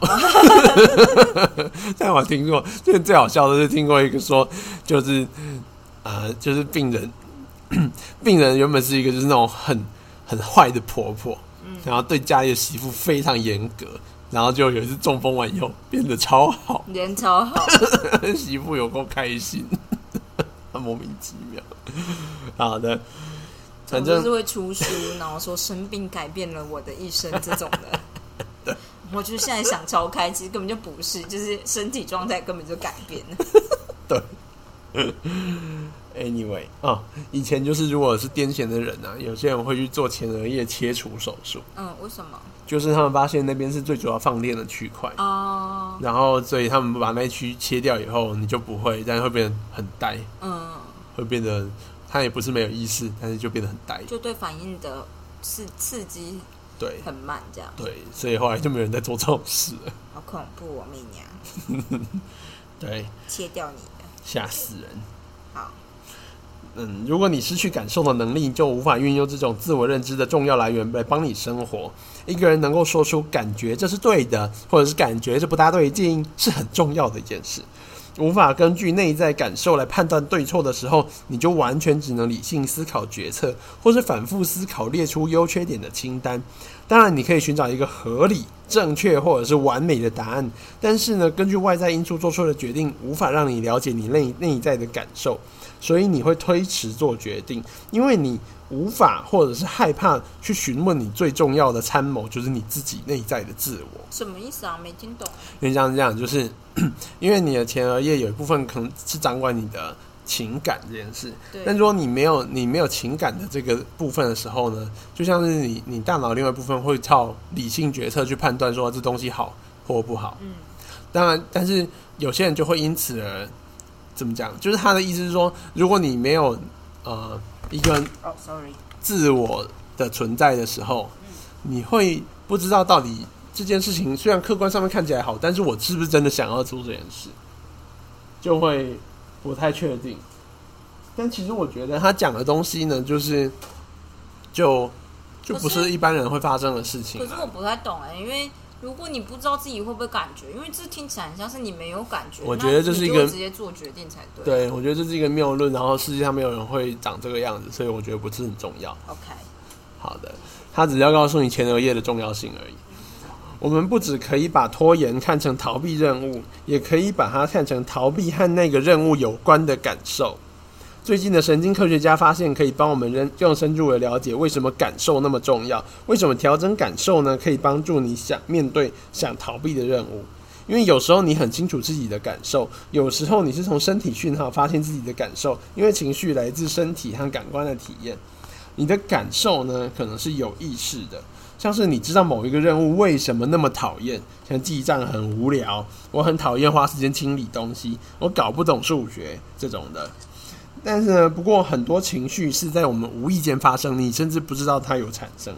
Speaker 1: 但我听过，最最好笑的是听过一个说，就是呃，就是病人，病人原本是一个就是那种很很坏的婆婆，然后对家里的媳妇非常严格，然后就有一次中风完以后变得超好，
Speaker 2: 人超好，
Speaker 1: 媳妇有够开心， 很莫名其妙。好的，反
Speaker 2: 就
Speaker 1: 正
Speaker 2: 是会出 书，然后说生病改变了我的一生这种的。 我就现在想超开，其实根本就不是，就是身体状态根本就改变了。
Speaker 1: Anyway，啊、以前就是如果是癫痫的人啊，有些人会去做前额叶切除手术，
Speaker 2: 嗯，为什么？
Speaker 1: 就是他们发现那边是最主要放电的区块，
Speaker 2: 哦，
Speaker 1: 然后所以他们把那一区切掉以后，你就不会，但是会变得很呆，
Speaker 2: 嗯，
Speaker 1: 会变得他也不是没有意识，但是就变得很呆，
Speaker 2: 就对反应的刺刺激
Speaker 1: 对
Speaker 2: 很慢，这样
Speaker 1: 对，所以后来就没有人在做这种事了，
Speaker 2: 好恐怖哦，媚娘，
Speaker 1: 对，
Speaker 2: 切掉你的，
Speaker 1: 吓死人。
Speaker 2: 好，
Speaker 1: 嗯，如果你失去感受的能力，就无法运用这种自我认知的重要来源来帮你生活。一个人能够说出“感觉这是对的”或者是“感觉这不大对劲”，是很重要的一件事。无法根据内在感受来判断对错的时候，你就完全只能理性思考决策，或是反复思考列出优缺点的清单。当然，你可以寻找一个合理、正确或者是完美的答案，但是呢，根据外在因素做出的决定，无法让你了解你内内在的感受。所以你会推迟做决定，因为你无法或者是害怕去询问你最重要的参谋，就是你自己内在的自我。
Speaker 2: 什么意思啊？没听懂。
Speaker 1: 因为像这样，就是 因为你的前额叶有一部分可能是掌管你的情感这件事，
Speaker 2: 对，
Speaker 1: 但如果你没有你没有情感的这个部分的时候呢，就像是你你大脑另外一部分会靠理性决策去判断说这东西好或不好。
Speaker 2: 嗯，
Speaker 1: 当然，但是有些人就会因此而怎么讲？就是他的意思是说，如果你没有呃一个
Speaker 2: 哦，sorry，
Speaker 1: 自我的存在的时候，你会不知道到底这件事情虽然客观上面看起来好，但是我是不是真的想要做这件事，就会不太确定。但其实我觉得他讲的东西呢，就是就就不
Speaker 2: 可
Speaker 1: 是
Speaker 2: 是
Speaker 1: 一般人会发生的事情
Speaker 2: 可
Speaker 1: 啊、
Speaker 2: 是我不太懂哎、因为如果你不知道自己会不会感觉，因为这听起来很像是你没有感觉，
Speaker 1: 我
Speaker 2: 那
Speaker 1: 觉得这是一个
Speaker 2: 你就会直接做决定才对。
Speaker 1: 对，我觉得这是一个谬论，然后世界上没有人会长这个样子，所以我觉得不是很重要。
Speaker 2: ，OK，
Speaker 1: 好的，他只是要告诉你前额叶的重要性而已。我们不只可以把拖延看成逃避任务，也可以把它看成逃避和那个任务有关的感受。最近的神经科学家发现，可以帮我们人更深入的了解为什么感受那么重要，为什么调整感受呢？可以帮助你想面对想逃避的任务。因为有时候你很清楚自己的感受，有时候你是从身体讯号发现自己的感受，因为情绪来自身体和感官的体验。你的感受呢，可能是有意识的，像是你知道某一个任务为什么那么讨厌，像记账很无聊，我很讨厌花时间清理东西，我搞不懂数学这种的。但是呢，不过很多情绪是在我们无意间发生，你甚至不知道它有产生。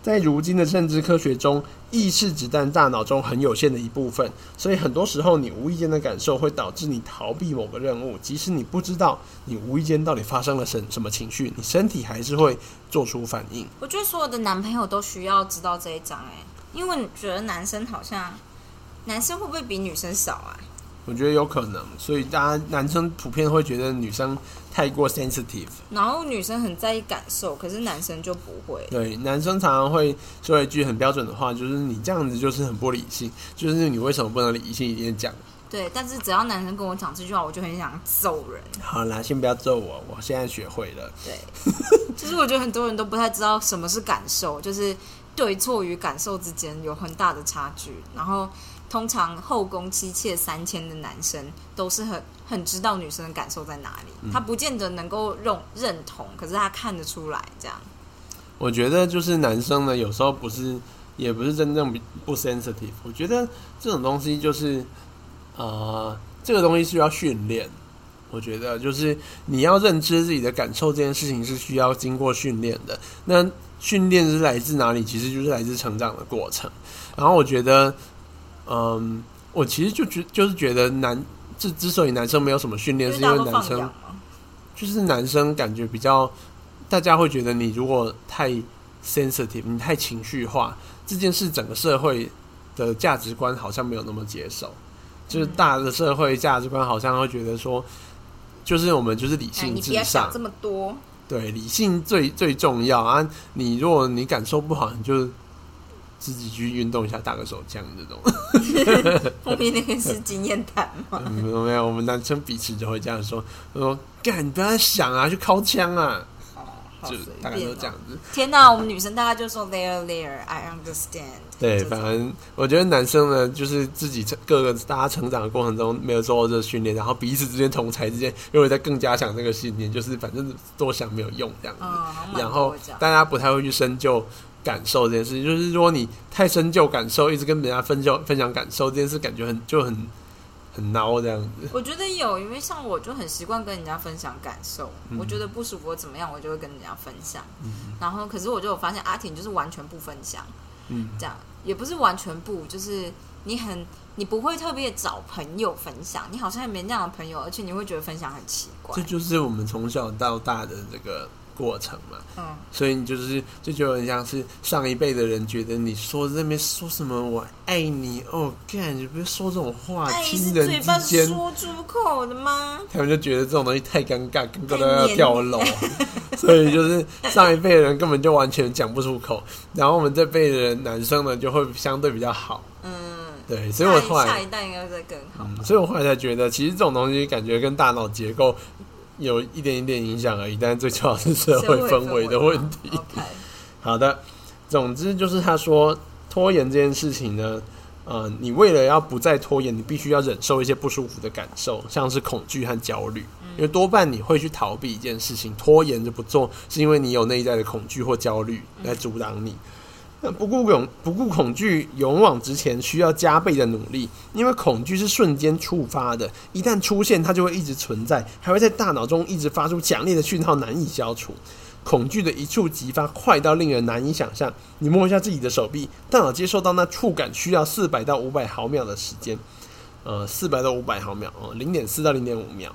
Speaker 1: 在如今的认知科学中，意识只占大脑中很有限的一部分，所以很多时候你无意间的感受会导致你逃避某个任务，即使你不知道你无意间到底发生了什什么情绪，你身体还是会做出反应。
Speaker 2: 我觉得所有的男朋友都需要知道这一章哎、因为我觉得男生好像男生会不会比女生少啊？
Speaker 1: 我觉得有可能，所以大家男生普遍会觉得女生太过 sensitive。
Speaker 2: 然后女生很在意感受，可是男生就不会。
Speaker 1: 对，男生常常会说一句很标准的话，就是你这样子就是很不理性，就是你为什么不能理性一点讲？
Speaker 2: 对，但是只要男生跟我讲这句话，我就很想揍人。
Speaker 1: 好啦，先不要揍我，我现在学会了。
Speaker 2: 对， 就是我觉得很多人都不太知道什么是感受，就是对错与感受之间有很大的差距。然后通常后宫妻妾三千的男生都是很很知道女生的感受在哪里，
Speaker 1: 嗯
Speaker 2: 他不见得能够认认同，可是他看得出来这样。
Speaker 1: 我觉得就是男生呢，有时候不是，也不是真正不不 sensitive。我觉得这种东西就是，呃，这个东西需要训练。我觉得就是你要认知自己的感受这件事情是需要经过训练的。那训练是来自哪里？其实就是来自成长的过程。然后我觉得，嗯，我其实就觉就是觉得男之之所以男生没有什么训
Speaker 2: 因
Speaker 1: 练，
Speaker 2: 为
Speaker 1: 是
Speaker 2: 大
Speaker 1: 因
Speaker 2: 家
Speaker 1: 为
Speaker 2: 都
Speaker 1: 男
Speaker 2: 放
Speaker 1: 生
Speaker 2: 养嘛，
Speaker 1: 就是男生感觉比较，大家会觉得你如果太 sensitive，你太情绪化，这件事整个社会的价值观好像没有那么接受，就是大的社会价值观好像会觉得说，就是我们就是理
Speaker 2: 哎，
Speaker 1: 性
Speaker 2: 你
Speaker 1: 至
Speaker 2: 不要
Speaker 1: 上
Speaker 2: 想这，么多。
Speaker 1: 对，理性最最重要啊！你如果你感受不好，你就自己去运动一下，打个手枪这种。
Speaker 2: 后面那个是经验谈 吗？
Speaker 1: 嗯没有没有，我们男生彼此就会这样说，他说干，你不要想啊，去敲枪啊，
Speaker 2: 哦，好
Speaker 1: 就
Speaker 2: 随
Speaker 1: 大概
Speaker 2: 便
Speaker 1: 都
Speaker 2: 哦
Speaker 1: 这样子。
Speaker 2: 天哪，我们女生大概就说 there there I understand
Speaker 1: 对，
Speaker 2: 这种。
Speaker 1: 反正我觉得男生呢，就是自己成各个大家成长的过程中没有受到这个训练，然后彼此之间同才之间，又会在更加强这个信念，就是反正多想没有用这样子。
Speaker 2: 嗯，好像蛮
Speaker 1: 然后
Speaker 2: 多这样
Speaker 1: 大家不太会去深究感受这件事情，就是如果你太深究感受，一直跟人家分享分享感受这件事，感觉很就很很孬这样子。
Speaker 2: 我觉得有，因为像我就很习惯跟人家分享感受，
Speaker 1: 嗯
Speaker 2: 我觉得不舒服我怎么样，我就会跟人家分享。然后，可是我就有发现阿婷就是完全不分享，
Speaker 1: 嗯，
Speaker 2: 这样也不是完全不，就是你很你不会特别找朋友分享，你好像也没那样的朋友，而且你会觉得分享很奇怪
Speaker 1: 这。就是我们从小到大的这个过程嘛。
Speaker 2: 嗯，
Speaker 1: 所以你就是就觉得很像是上一辈的人觉得你说这边说什么我爱你哦，干你不要说这种话，
Speaker 2: 爱哎是
Speaker 1: 亲人
Speaker 2: 嘴巴
Speaker 1: 之间，
Speaker 2: 说出口的吗？
Speaker 1: 他们就觉得这种东西太尴尬，尴
Speaker 2: 太
Speaker 1: 尬到要
Speaker 2: 黏
Speaker 1: 跳楼。 所以就是上一辈的人根本就完全讲不出口，然后我们这辈的人男生呢就会相对比较好，
Speaker 2: 嗯，
Speaker 1: 对，所以我后
Speaker 2: 下一下
Speaker 1: 来
Speaker 2: 一，代应该会再更 好。
Speaker 1: 嗯所以我后来才觉得，其实这种东西感觉跟大脑结构有一点一点影响而已，但是最主要是社会氛围的问题。
Speaker 2: OK，
Speaker 1: 好的，总之就是他说拖延这件事情呢，呃，你为了要不再拖延，你必须要忍受一些不舒服的感受，像是恐惧和焦虑，因为多半你会去逃避一件事情，拖延着不做，是因为你有内在的恐惧或焦虑来阻挡你。那不顾恐不顾恐惧，勇往直前需要加倍的努力，因为恐惧是瞬间触发的，一旦出现，它就会一直存在，还会在大脑中一直发出强烈的讯号，难以消除。恐惧的一触即发，快到令人难以想象。你摸一下自己的手臂，大脑接受到那触感需要四百到五百毫秒的时间，呃，四百到五百毫秒，哦，零点四到零点五秒。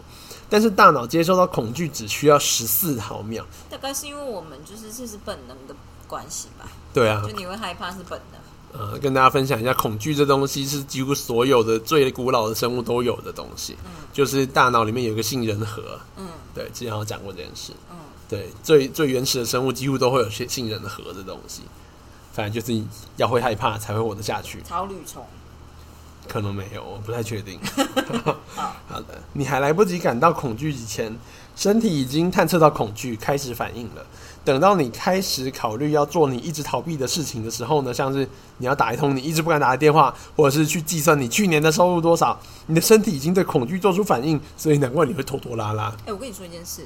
Speaker 1: 但是大脑接收到恐惧只需要十四毫秒。
Speaker 2: 大概是因为我们就是这是本能的关系吧，
Speaker 1: 对啊
Speaker 2: 就，你会害怕是本能。
Speaker 1: 呃，跟大家分享一下，恐惧这东西是几乎所有的最古老的生物都有的东西，就是大脑里面有一个杏仁核。
Speaker 2: 嗯
Speaker 1: 对，之前有讲过这件事。
Speaker 2: 嗯，
Speaker 1: 对，最最原始的生物几乎都会有些杏仁核的东西，反正就是要会害怕才会活得下去。
Speaker 2: 草履虫。
Speaker 1: 可能没有，我不太确 定。好的，你还来不及感到恐惧以前，身体已经探测到恐惧，开始反应了。等到你开始考虑要做你一直逃避的事情的时候呢，像是你要打一通你一直不敢打的电话，或者是去计算你去年的收入多少，你的身体已经对恐惧做出反应，所以难怪你会拖拖拉拉。
Speaker 2: 哎、我跟你说一件事，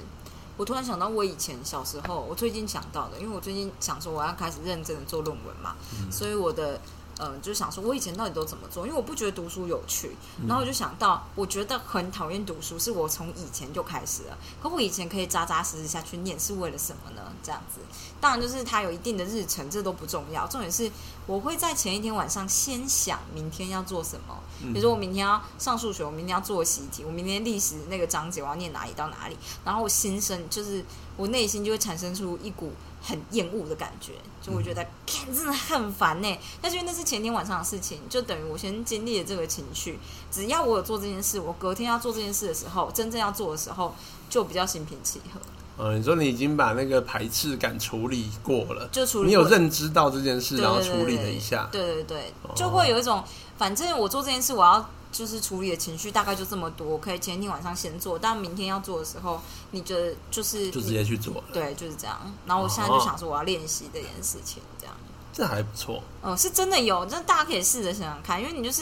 Speaker 2: 我突然想到我以前小时候，我最近想到的，因为我最近想说我要开始认真的做论文嘛，所以我的。嗯，就想说，我以前到底都怎么做？因为我不觉得读书有趣，然后我就想到，我觉得很讨厌读书，是我从以前就开始了。可我以前可以扎扎实实下去念，是为了什么呢？这样子，当然就是它有一定的日程，这都不重要。重点是，我会在前一天晚上先想明天要做什么，
Speaker 1: 嗯
Speaker 2: 比如说我明天要上数学，我明天要做习题，我明天历史那个章节我要念哪里到哪里，然后我心生就是我内心就会产生出一股很厌恶的感觉，就我觉
Speaker 1: 嗯
Speaker 2: 得看真的很烦呢、但是因为那是前天晚上的事情，就等于我先经历了这个情绪。只要我有做这件事，我隔天要做这件事的时候，真正要做的时候，就比较心平气和。
Speaker 1: 嗯，你说你已经把那个排斥感处理过了，
Speaker 2: 就处理
Speaker 1: 你有
Speaker 2: 过
Speaker 1: 认知到这件事，
Speaker 2: 对
Speaker 1: 然后
Speaker 2: 对
Speaker 1: 处
Speaker 2: 对
Speaker 1: 理了一下。
Speaker 2: 对对对，就会有一种，反正我做这件事，我要就是处理的情绪大概就这么多，我可以前一天晚上先做，但明天要做的时候，你觉得就是
Speaker 1: 就直
Speaker 2: 你
Speaker 1: 接去做了，
Speaker 2: 对，就是这样。然后我现在就想说，我要练习这件事情，这样。
Speaker 1: 这还不错。
Speaker 2: 哦、是真的有，这大家可以试着想想看，因为你就是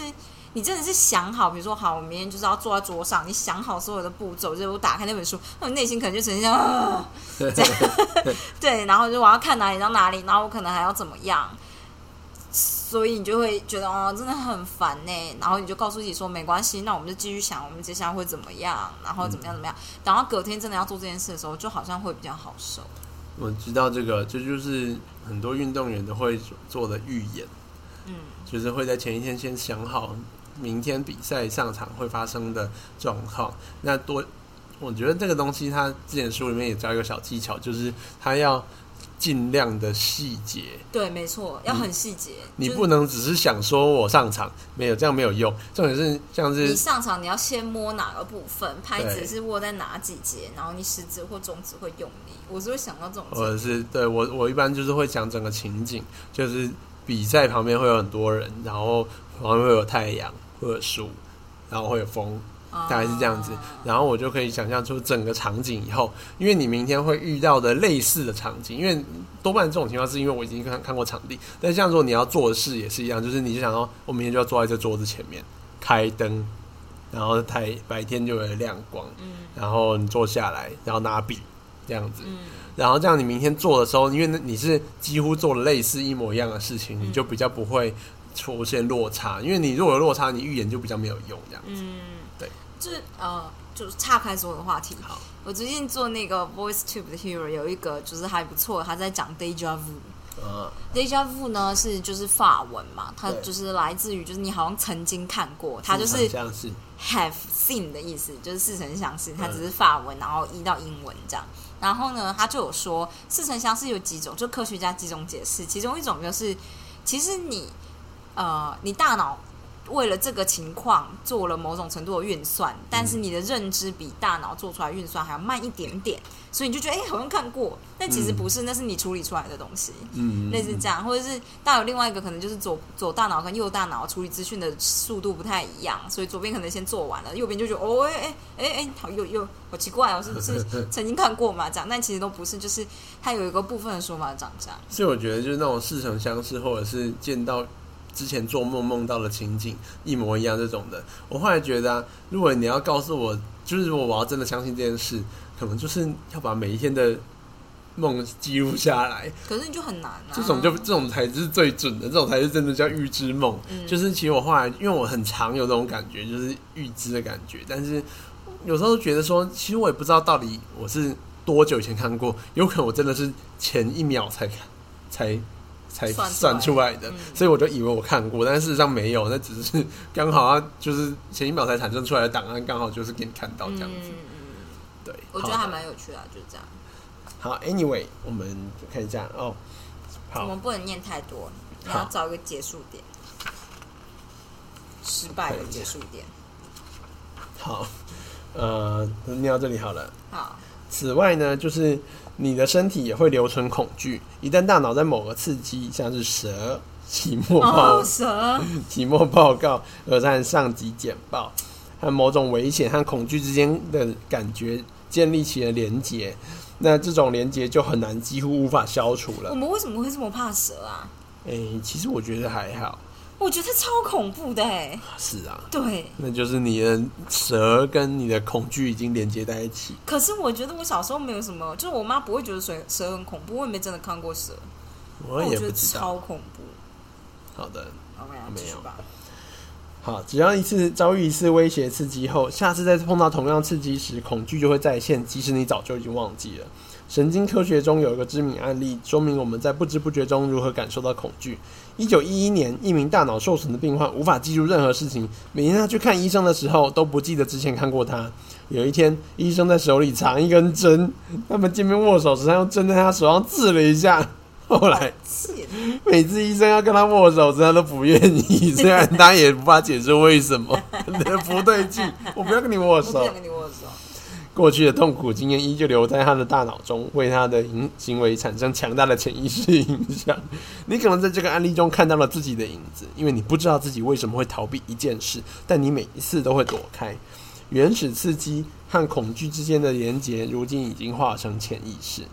Speaker 2: 你真的是想好，比如说好，我明天就是要坐在桌上，你想好所有的步骤，就是我打开那本书，那我内心可能就呈现这样啊，这样对，然后就我要看哪里到哪里，然后我可能还要怎么样，所以你就会觉得哦，真的很烦呢、然后你就告诉自己说没关系，那我们就继续想，我们接下来会怎么样，然后怎么样怎么样，等到隔天真的要做这件事的时候，就好像会比较好受。
Speaker 1: 我知道这个，这就是很多运动员都会做的预演，
Speaker 2: 嗯，
Speaker 1: 就是会在前一天先想好明天比赛上场会发生的状况。那多，我觉得这个东西他之前书里面也教一个小技巧，就是他要尽量的细节，
Speaker 2: 对，没错，要很细节，
Speaker 1: 你
Speaker 2: 就是
Speaker 1: 不能只是想说我上场没有这样没有用。重点是像
Speaker 2: 你
Speaker 1: 是
Speaker 2: 上场你要先摸哪个部分，拍
Speaker 1: 对
Speaker 2: 子是握在哪几节，然后你食指或中指会用力。我是会想到这种
Speaker 1: 或
Speaker 2: 情
Speaker 1: 者是对我，我一般就是会讲整个情景，就是比赛旁边会有很多人，然后旁边会有太阳，会有树，然后会有风，
Speaker 2: 况，
Speaker 1: 大概是这样子
Speaker 2: 啊。
Speaker 1: 然后我就可以想象出整个场景以后，因为你明天会遇到的类似的场景，因为多半这种情况是因为我已经看看过场地，但像说你要做的事也是一样，就是你就想要我明天就要坐在这桌子前面开灯，然后太白天就有亮光，
Speaker 2: 嗯
Speaker 1: 然后你坐下来，然后拿笔这样子，
Speaker 2: 嗯，
Speaker 1: 然后这样你明天做的时候，因为那你是几乎做了类似一模一样的事情，
Speaker 2: 嗯
Speaker 1: 你就比较不会出现落差。因为你如果有落差，你预言就比较没有用。这样，
Speaker 2: 嗯，
Speaker 1: 对，
Speaker 2: 就是呃，就是岔开所有的话题。
Speaker 1: 好，
Speaker 2: 我最近做那个 Voice Tube 的 Hero 有一个就是还不错，他在讲 Deja Vu。
Speaker 1: 嗯
Speaker 2: Deja vu 呢是就是法文嘛，它
Speaker 1: 对
Speaker 2: 就是来自于就是你好像曾经看过，它就是
Speaker 1: 很像是
Speaker 2: have seen 的意思，就是似曾相识，它只是法文，然后移到英文这样。然后呢，他就有说似曾相识有几种，就科学家几种解释，其中一种就是，其实你呃，你大脑为了这个情况做了某种程度的运算，但是你的认知比大脑做出来运算还要慢一点点，所以你就觉得哎、好像看过，但其实不是，那是你处理出来的东西。
Speaker 1: 嗯，
Speaker 2: 类似这样，或者是但有另外一个可能就是左左大脑跟右大脑处理资讯的速度不太一样，所以左边可能先做完了，右边就觉得哦哎哎哎哎，好又又好奇怪哦，是不是 曾经看过嘛？这样，但其实都不是，就是它有一个部分的说法长这样。
Speaker 1: 所以我觉得就是那种似曾相识，或者是见到之前做梦梦到的情景一模一样这种的。我后来觉得、啊，如果你要告诉我，就是如果我要真的相信这件事，可能就是要把每一天的梦记录下来。
Speaker 2: 可是你就很难啊，
Speaker 1: 这种就这种才是最准的，这种才是真的叫预知梦。
Speaker 2: 嗯
Speaker 1: 就是其实我后来，因为我很常有这种感觉，就是预知的感觉，但是有时候觉得说，其实我也不知道到底我是多久以前看过，有可能我真的是前一秒才看，才才
Speaker 2: 算出来
Speaker 1: 算出来的，
Speaker 2: 嗯
Speaker 1: 所以我就以为我看过，但事实上没有，那只是 刚好它就是前一秒才产生出来的档案，刚好就是给你看到这样子。
Speaker 2: 嗯嗯嗯
Speaker 1: 对，
Speaker 2: 我觉得还
Speaker 1: 好的
Speaker 2: 蛮有趣的啊、就是这样。
Speaker 1: 好。Anyway，我们看一下哦，
Speaker 2: 我
Speaker 1: 好
Speaker 2: 们，不能念太多，你要
Speaker 1: 好
Speaker 2: 找一个结束点，失败的结束点。
Speaker 1: 好，呃，念到这里好了。
Speaker 2: 好，
Speaker 1: 此外呢，就是你的身体也会留存恐惧，一旦大脑在某个刺激，像是蛇、期末报、
Speaker 2: 哦，蛇，
Speaker 1: 期末报告、而在上级简报和某种危险和恐惧之间的感觉建立起了连结，那这种连结就很难，几乎无法消除
Speaker 2: 我
Speaker 1: 了。
Speaker 2: 们为什么会这么怕蛇啊？
Speaker 1: 诶、其实我觉得还好，
Speaker 2: 我觉得超恐怖的哎、
Speaker 1: 是啊，
Speaker 2: 对，
Speaker 1: 那就是你的蛇跟你的恐惧已经连接在一起。
Speaker 2: 可是我觉得我小时候没有什么，就是我妈不会觉得蛇蛇很恐怖，我也没真的看过蛇，
Speaker 1: 我
Speaker 2: 但
Speaker 1: 也
Speaker 2: 哦觉
Speaker 1: 不
Speaker 2: 得
Speaker 1: 知道。
Speaker 2: 超恐怖。
Speaker 1: 好的，
Speaker 2: OK，
Speaker 1: 没
Speaker 2: 继续
Speaker 1: 有
Speaker 2: 吧。
Speaker 1: 好，只要一次遭遇一次威胁刺激后，下次再碰到同样刺激时，恐惧就会再现，即使你早就已经忘记了。神经科学中有一个知名案例，说明我们在不知不觉中如何感受到恐惧。一九一一年，一名大脑受损的病患无法记住任何事情，每天他去看医生的时候都不记得之前看过他。有一天，医生在手里藏一根针，他们见面握手时，他用针在他手上刺了一下。后来
Speaker 2: 气
Speaker 1: 每次医生要跟他握手时，他都不愿意，虽然他也无法解释为 什么，不对劲，我不要跟你握
Speaker 2: 我不
Speaker 1: 手
Speaker 2: 想。跟你握手。
Speaker 1: 过去的痛苦经验依旧留在他的大脑中，为他的影行为产生强大的潜意识影响。你可能在这个案例中看到了自己的影子，因为你不知道自己为什么会逃避一件事，但你每一次都会躲开。原始刺激和恐惧之间的连结，如今已经化成潜意识。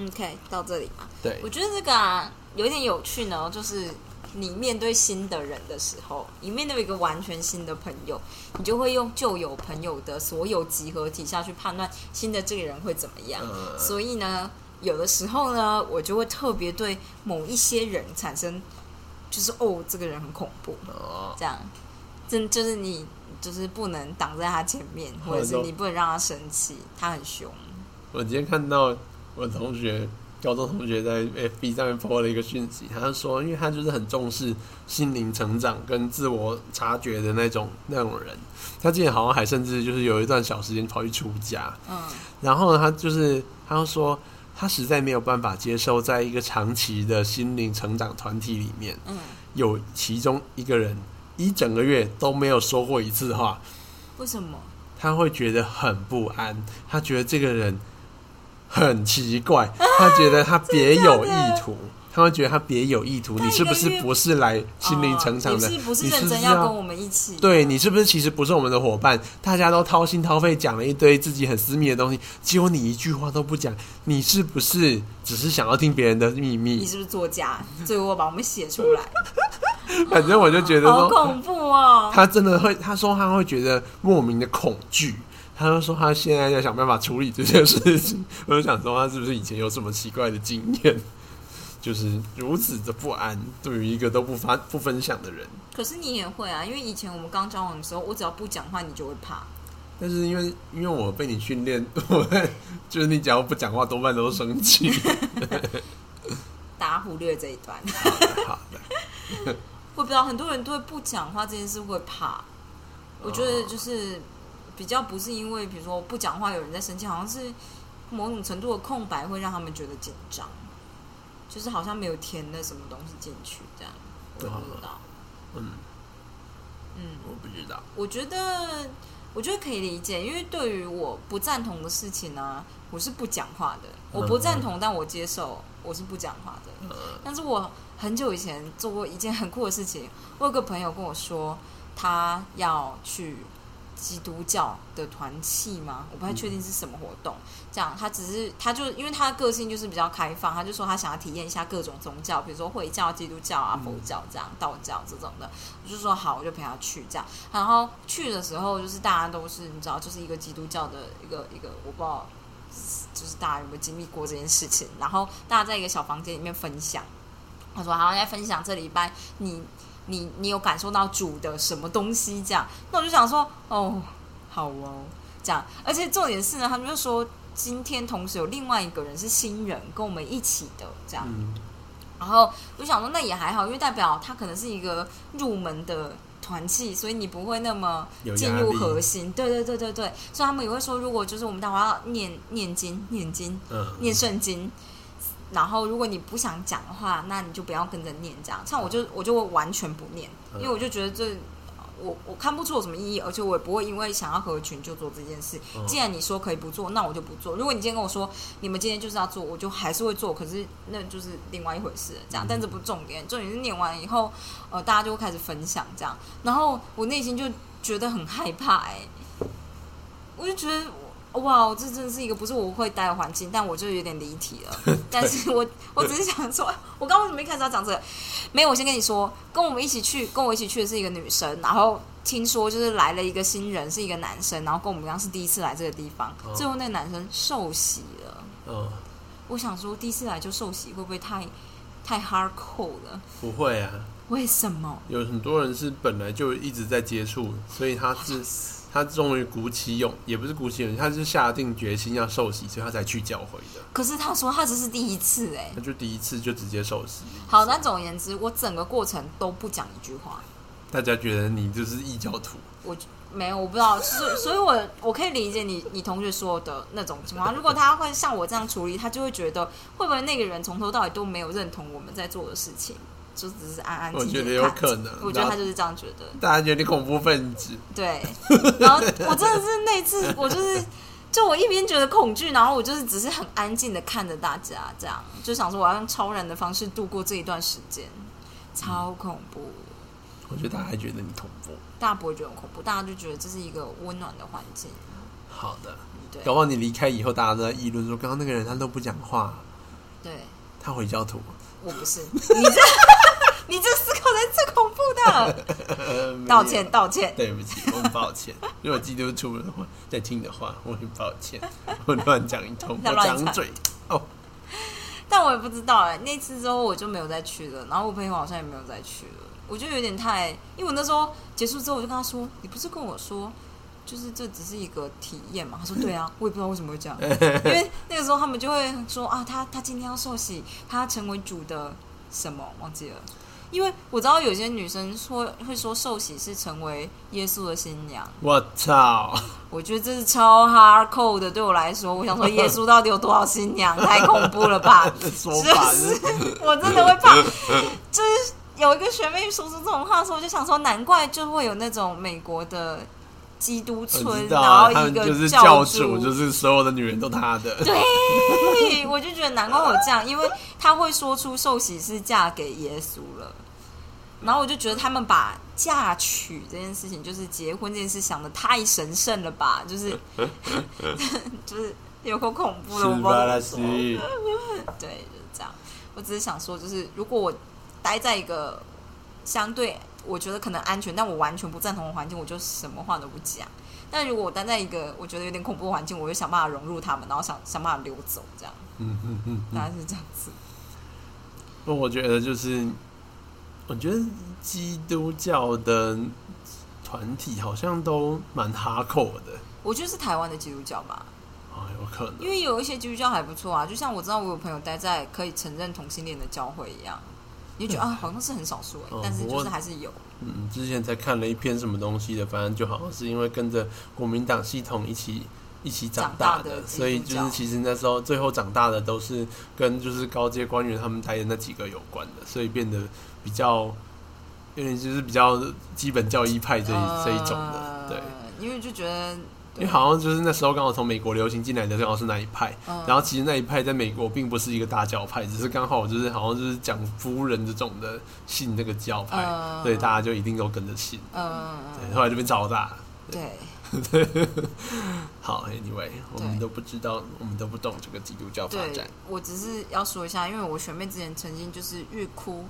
Speaker 2: OK，到这里吧。
Speaker 1: 对
Speaker 2: 我觉得这个啊有点有趣呢，就是你面对新的人的时候，你面对一个完全新的朋友，你就会用旧有朋友的所有集合体下去判断新的这个人会怎么样。
Speaker 1: 嗯
Speaker 2: 所以呢，有的时候呢，我就会特别对某一些人产生，就是哦，这个人很恐怖，
Speaker 1: 哦，
Speaker 2: 这样，真就是你就是不能挡在他前 面，或者是
Speaker 1: 我懂
Speaker 2: 你不能让他生气，他很凶。
Speaker 1: 我今天看到我同学。高中同学在 FB 上面 po 了一个讯息，他说，因为他就是很重视心灵成长跟自我察觉的那种那种人，他之前好像还甚至就是有一段小时间跑去出家，
Speaker 2: 嗯，
Speaker 1: 然后呢，他就是他就说，他实在没有办法接受，在一个长期的心灵成长团体里面，
Speaker 2: 嗯，
Speaker 1: 有其中一个人一整个月都没有说过一次话，
Speaker 2: 为什么？
Speaker 1: 他会觉得很不安，他觉得这个人很奇怪，他觉得他别有意图。他会觉得他别有意图，
Speaker 2: 他
Speaker 1: 你是不是
Speaker 2: 一个月
Speaker 1: 不是来心灵成长的？
Speaker 2: 哦你是不是
Speaker 1: 你
Speaker 2: 认真要跟我们一起？
Speaker 1: 对你是不是其实不是我们的伙伴？大家都掏心掏肺讲了一堆自己很私密的东西，只有你一句话都不讲，你是不是只是想要听别人的秘
Speaker 2: 你
Speaker 1: 密？
Speaker 2: 是不是作家？最后把我们写出 来，
Speaker 1: 反正我就觉得
Speaker 2: 好
Speaker 1: 说，
Speaker 2: 恐怖哦！
Speaker 1: 他真的会，他说他会觉得莫名的恐惧。他就说他现在在想办法处理这件事情， 我就想说他是不是以前有什么奇怪的经验， 就是如此的不安，对于一个都不发不分享的人。
Speaker 2: 可是你也会啊，因为以前我们刚交往的时候，我只要不讲话，你就会怕。
Speaker 1: 但是因为因为我被你训练， 我会就是你只要不讲话，多半都生气。
Speaker 2: 大家忽略这一段，
Speaker 1: 好的，
Speaker 2: 我不知道很多人对不讲话这件事会怕。我觉得就是比较不是因为，比如说不讲话有人在生气，好像是某种程度的空白会让他们觉得紧张，就是好像没有填了什么东西进去这样。我也不知道，
Speaker 1: 嗯，
Speaker 2: 嗯。
Speaker 1: 我不知道。
Speaker 2: 我觉得，我觉得可以理解，因为对于我不赞同的事情呢、我是不讲话的。我不赞同，但我接受，我是不讲话的。
Speaker 1: 呃，
Speaker 2: 但是我很久以前做过一件很酷的事情，我有个朋友跟我说，他要去基督教的团契吗？我不太确定是什么活动。这样，他只是他就因为他的个性就是比较开放，他就说他想要体验一下各种宗教，比如说回教、基督教啊、佛教这样、道教这种的。我就说好，我就陪他去这样。然后去的时候，就是大家都是你知道，就是一个基督教的一个一个，我不知道，就是大家有没有经历过这件事情。然后大家在一个小房间里面分享，他说好，在分享这礼拜你你你有感受到主的什么东西这样。那我就想说，哦，好哦，这样。而且重点是呢，他们就说今天同时有另外一个人是新人跟我们一起的这样。
Speaker 1: 嗯，
Speaker 2: 然后我就想说，那也还好，因为代表它可能是一个入门的团契，所以你不会那么
Speaker 1: 有
Speaker 2: 进
Speaker 1: 压
Speaker 2: 入
Speaker 1: 力
Speaker 2: 核心。对对对对对，所以他们也会说，如果就是我们待会要念念经、念经、
Speaker 1: 嗯，
Speaker 2: 念圣经，然后如果你不想讲的话，那你就不要跟着念这样。像我就我就会完全不念，因为我就觉得这。我我看不出有什么意义，而且我也不会因为想要合群就做这件事。
Speaker 1: 嗯
Speaker 2: 既然你说可以不做，那我就不做。如果你今天跟我说你们今天就是要做，我就还是会做，可是那就是另外一回事了这样。但这不是重点，重点是念完以后，呃，大家就会开始分享这样，然后我内心就觉得很害怕哎、我就觉得我哇，这真的是一个不是我会待的环境，但我就有点离题了。但是我我只是想说，我刚刚为什么一开始要讲这个？没有，我先跟你说，跟我们一起去，跟我一起去的是一个女生，然后听说就是来了一个新人，是一个男生，然后跟我们一样是第一次来这个地方，
Speaker 1: 哦
Speaker 2: 最后那个男生受洗了。
Speaker 1: 嗯，
Speaker 2: 我想说，第一次来就受洗会不会太太 hardcore 了？
Speaker 1: 不会啊，
Speaker 2: 为什么？
Speaker 1: 有很多人是本来就一直在接触，所以他 是他终于鼓起勇，也不是鼓起勇气，他是下定决心要受洗，所以他才去教会的。
Speaker 2: 可是他说他只是第一次哎、
Speaker 1: 他就第一次就直接受洗。
Speaker 2: 好，那总而言之，我整个过程都不讲一句话，
Speaker 1: 大家觉得你就是异教徒，
Speaker 2: 我没有，我不知道，所以所以我我可以理解你你同学说的那种情况。如果他会像我这样处理，他就会觉得会不会那个人从头到尾都没有认同我们在做的事情，就只是安安静静地
Speaker 1: 我觉得有
Speaker 2: 看着
Speaker 1: 可能
Speaker 2: 我觉得
Speaker 1: 那
Speaker 2: 他就是这样觉得。
Speaker 1: 大家觉得你恐怖分子，
Speaker 2: 对， 然后我真的是那次，我就是就我一边觉得恐惧，然后我就是只是很安静的看着大家，这样就想说我要用超然的方式度过这一段时间，超恐怖。
Speaker 1: 我觉得大家还觉得你恐怖。
Speaker 2: 大家不会觉得很恐怖，大家就觉得这是一个温暖的环境。
Speaker 1: 好的，
Speaker 2: 对
Speaker 1: 搞不好你离开以后，大家都在议论说，刚刚那个人他都不讲话，
Speaker 2: 对
Speaker 1: 他回教徒。
Speaker 2: 我不是你这， 你这思考才最恐怖的。道歉，道歉。
Speaker 1: 呃对不起，我很抱 歉。如果基督徒的话，在听的话，我很抱 歉，我乱讲一通，
Speaker 2: 在
Speaker 1: 我
Speaker 2: 乱讲
Speaker 1: 张嘴。哦，
Speaker 2: 但我也不知道哎、那次之后我就没有再去了，然后我朋友好像也没有再去了，我就有点太，因为我那时候结束之后我就跟他说，你不是跟我说，就是这只是一个体验嘛？他说对啊，我也不知道为什么会这样，因为那个时候他们就会说啊，他他今天要受洗，他要成为主的什么忘记了。因为我知道有些女生说会说受洗是成为耶稣的新娘，
Speaker 1: 我 操！
Speaker 2: 我觉得这是超 hardcore 的，对我来说，我想说耶稣到底有多少新娘，太恐怖了吧！
Speaker 1: 这说法
Speaker 2: 就是是 我真的会怕，就是有一个学妹说出这种话的时候，我就想说，难怪就会有那种美国的基督
Speaker 1: 我
Speaker 2: 村，
Speaker 1: 知道
Speaker 2: 然后
Speaker 1: 啊，他
Speaker 2: 一
Speaker 1: 们
Speaker 2: 个
Speaker 1: 就是
Speaker 2: 教
Speaker 1: 主，就是所有的女人都他 的。
Speaker 2: 对，我就觉得难怪我这样，因为他会说出受洗是嫁给耶稣了，然后我就觉得他们把嫁娶这件事情，就是结婚这件事想的太神圣了吧，就是 就是有够恐怖的，我不知
Speaker 1: 是
Speaker 2: 道
Speaker 1: 吧？
Speaker 2: 怎么
Speaker 1: 拉
Speaker 2: 说
Speaker 1: 西，
Speaker 2: 对，就是这样。我只是想说，就是如果我待在一个相对我觉得可能安全，但我完全不赞同的环境，我就什么话都不讲。但如果我待在一个我觉得有点恐怖的环境，我就想办法融入他们，然后想想办法溜走，这样
Speaker 1: 嗯嗯嗯嗯。
Speaker 2: 大概是这样子。
Speaker 1: 那我觉得就是，我觉得基督教的团体好像都蛮哈扣的，
Speaker 2: 我觉得是台湾的基督教吧，
Speaker 1: 啊，有可能
Speaker 2: 因为有一些基督教还不错啊，就像我知道我有朋友待在可以承认同性恋的教会一样，你就觉得啊，好像是很少数、欸
Speaker 1: 哦，
Speaker 2: 但是
Speaker 1: 不
Speaker 2: 就
Speaker 1: 过
Speaker 2: 是还是有。
Speaker 1: 嗯，之前才看了一篇什么东西的，反正就好像是因为跟着国民党系统一起一起长大
Speaker 2: 长大的基督教
Speaker 1: 所以就是其实那时候最后长大的都是跟就是高阶官员他们待的那几个有关的，所以变得比较有点就是比较基本教义派这一、这一种的，对。
Speaker 2: 呃，因为就觉得，
Speaker 1: 因为好像就是那时候刚好从美国流行进来的，刚好是那一派。
Speaker 2: 嗯
Speaker 1: 然后其实那一派在美国并不是一个大教派，只是刚好就是好像就是讲夫人这种的信那个教派，
Speaker 2: 嗯
Speaker 1: 所以大家就一定都跟着信。
Speaker 2: 嗯，
Speaker 1: 对， 后来就变超大。
Speaker 2: 对。
Speaker 1: 好，Anyway，我们
Speaker 2: 对
Speaker 1: 都不知道，我们都不懂这个基督教发
Speaker 2: 对
Speaker 1: 展。，
Speaker 2: 我只是要说一下，因为我学妹之前曾经就是欲哭，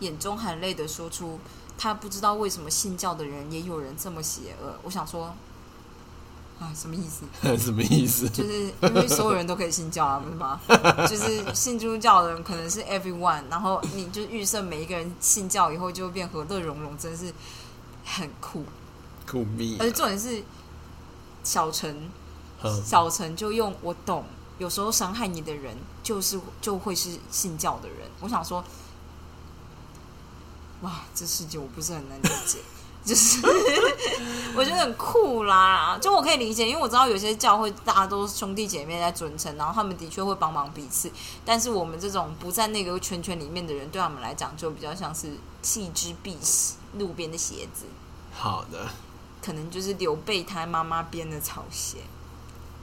Speaker 2: 眼中含泪的说出，她不知道为什么信教的人也有人这么邪恶。我想说，啊，什么意思？
Speaker 1: 什么意思？
Speaker 2: 就是因为所有人都可以信教啊，不是吗？就是信基督教的人可能是 everyone，然后你就预设每一个人信教以后就会变和乐融融，真是很酷。
Speaker 1: 苦逼、
Speaker 2: 而且重点是，小陈
Speaker 1: 嗯
Speaker 2: 小陈就用我懂，有时候伤害你的人就是就会是信教的人。我想说，哇，这世界我不是很能理解，就是我觉得很酷啦。就我可以理解，因为我知道有些教会大家都是兄弟姐妹在尊称，然后他们的确会帮忙彼此，但是我们这种不在那个圈圈里面的人，对他们来讲就比较像是弃之必喜，路边的鞋子。
Speaker 1: 好的，
Speaker 2: 可能就是刘备他妈妈编的草鞋，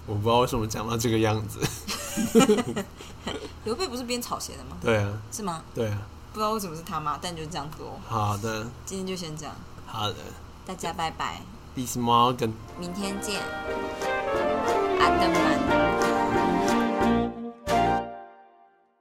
Speaker 1: 我不知道为什么讲到这个样子。
Speaker 2: 刘备不是编草鞋的吗？
Speaker 1: 对啊，
Speaker 2: 是吗？
Speaker 1: 对啊，
Speaker 2: 不知道为什么是他妈，但就这样子哦。
Speaker 1: 好的，
Speaker 2: 今天就先这样，
Speaker 1: 好的
Speaker 2: 大家拜拜，
Speaker 1: ，This Morgan。
Speaker 2: 明天见。阿德曼。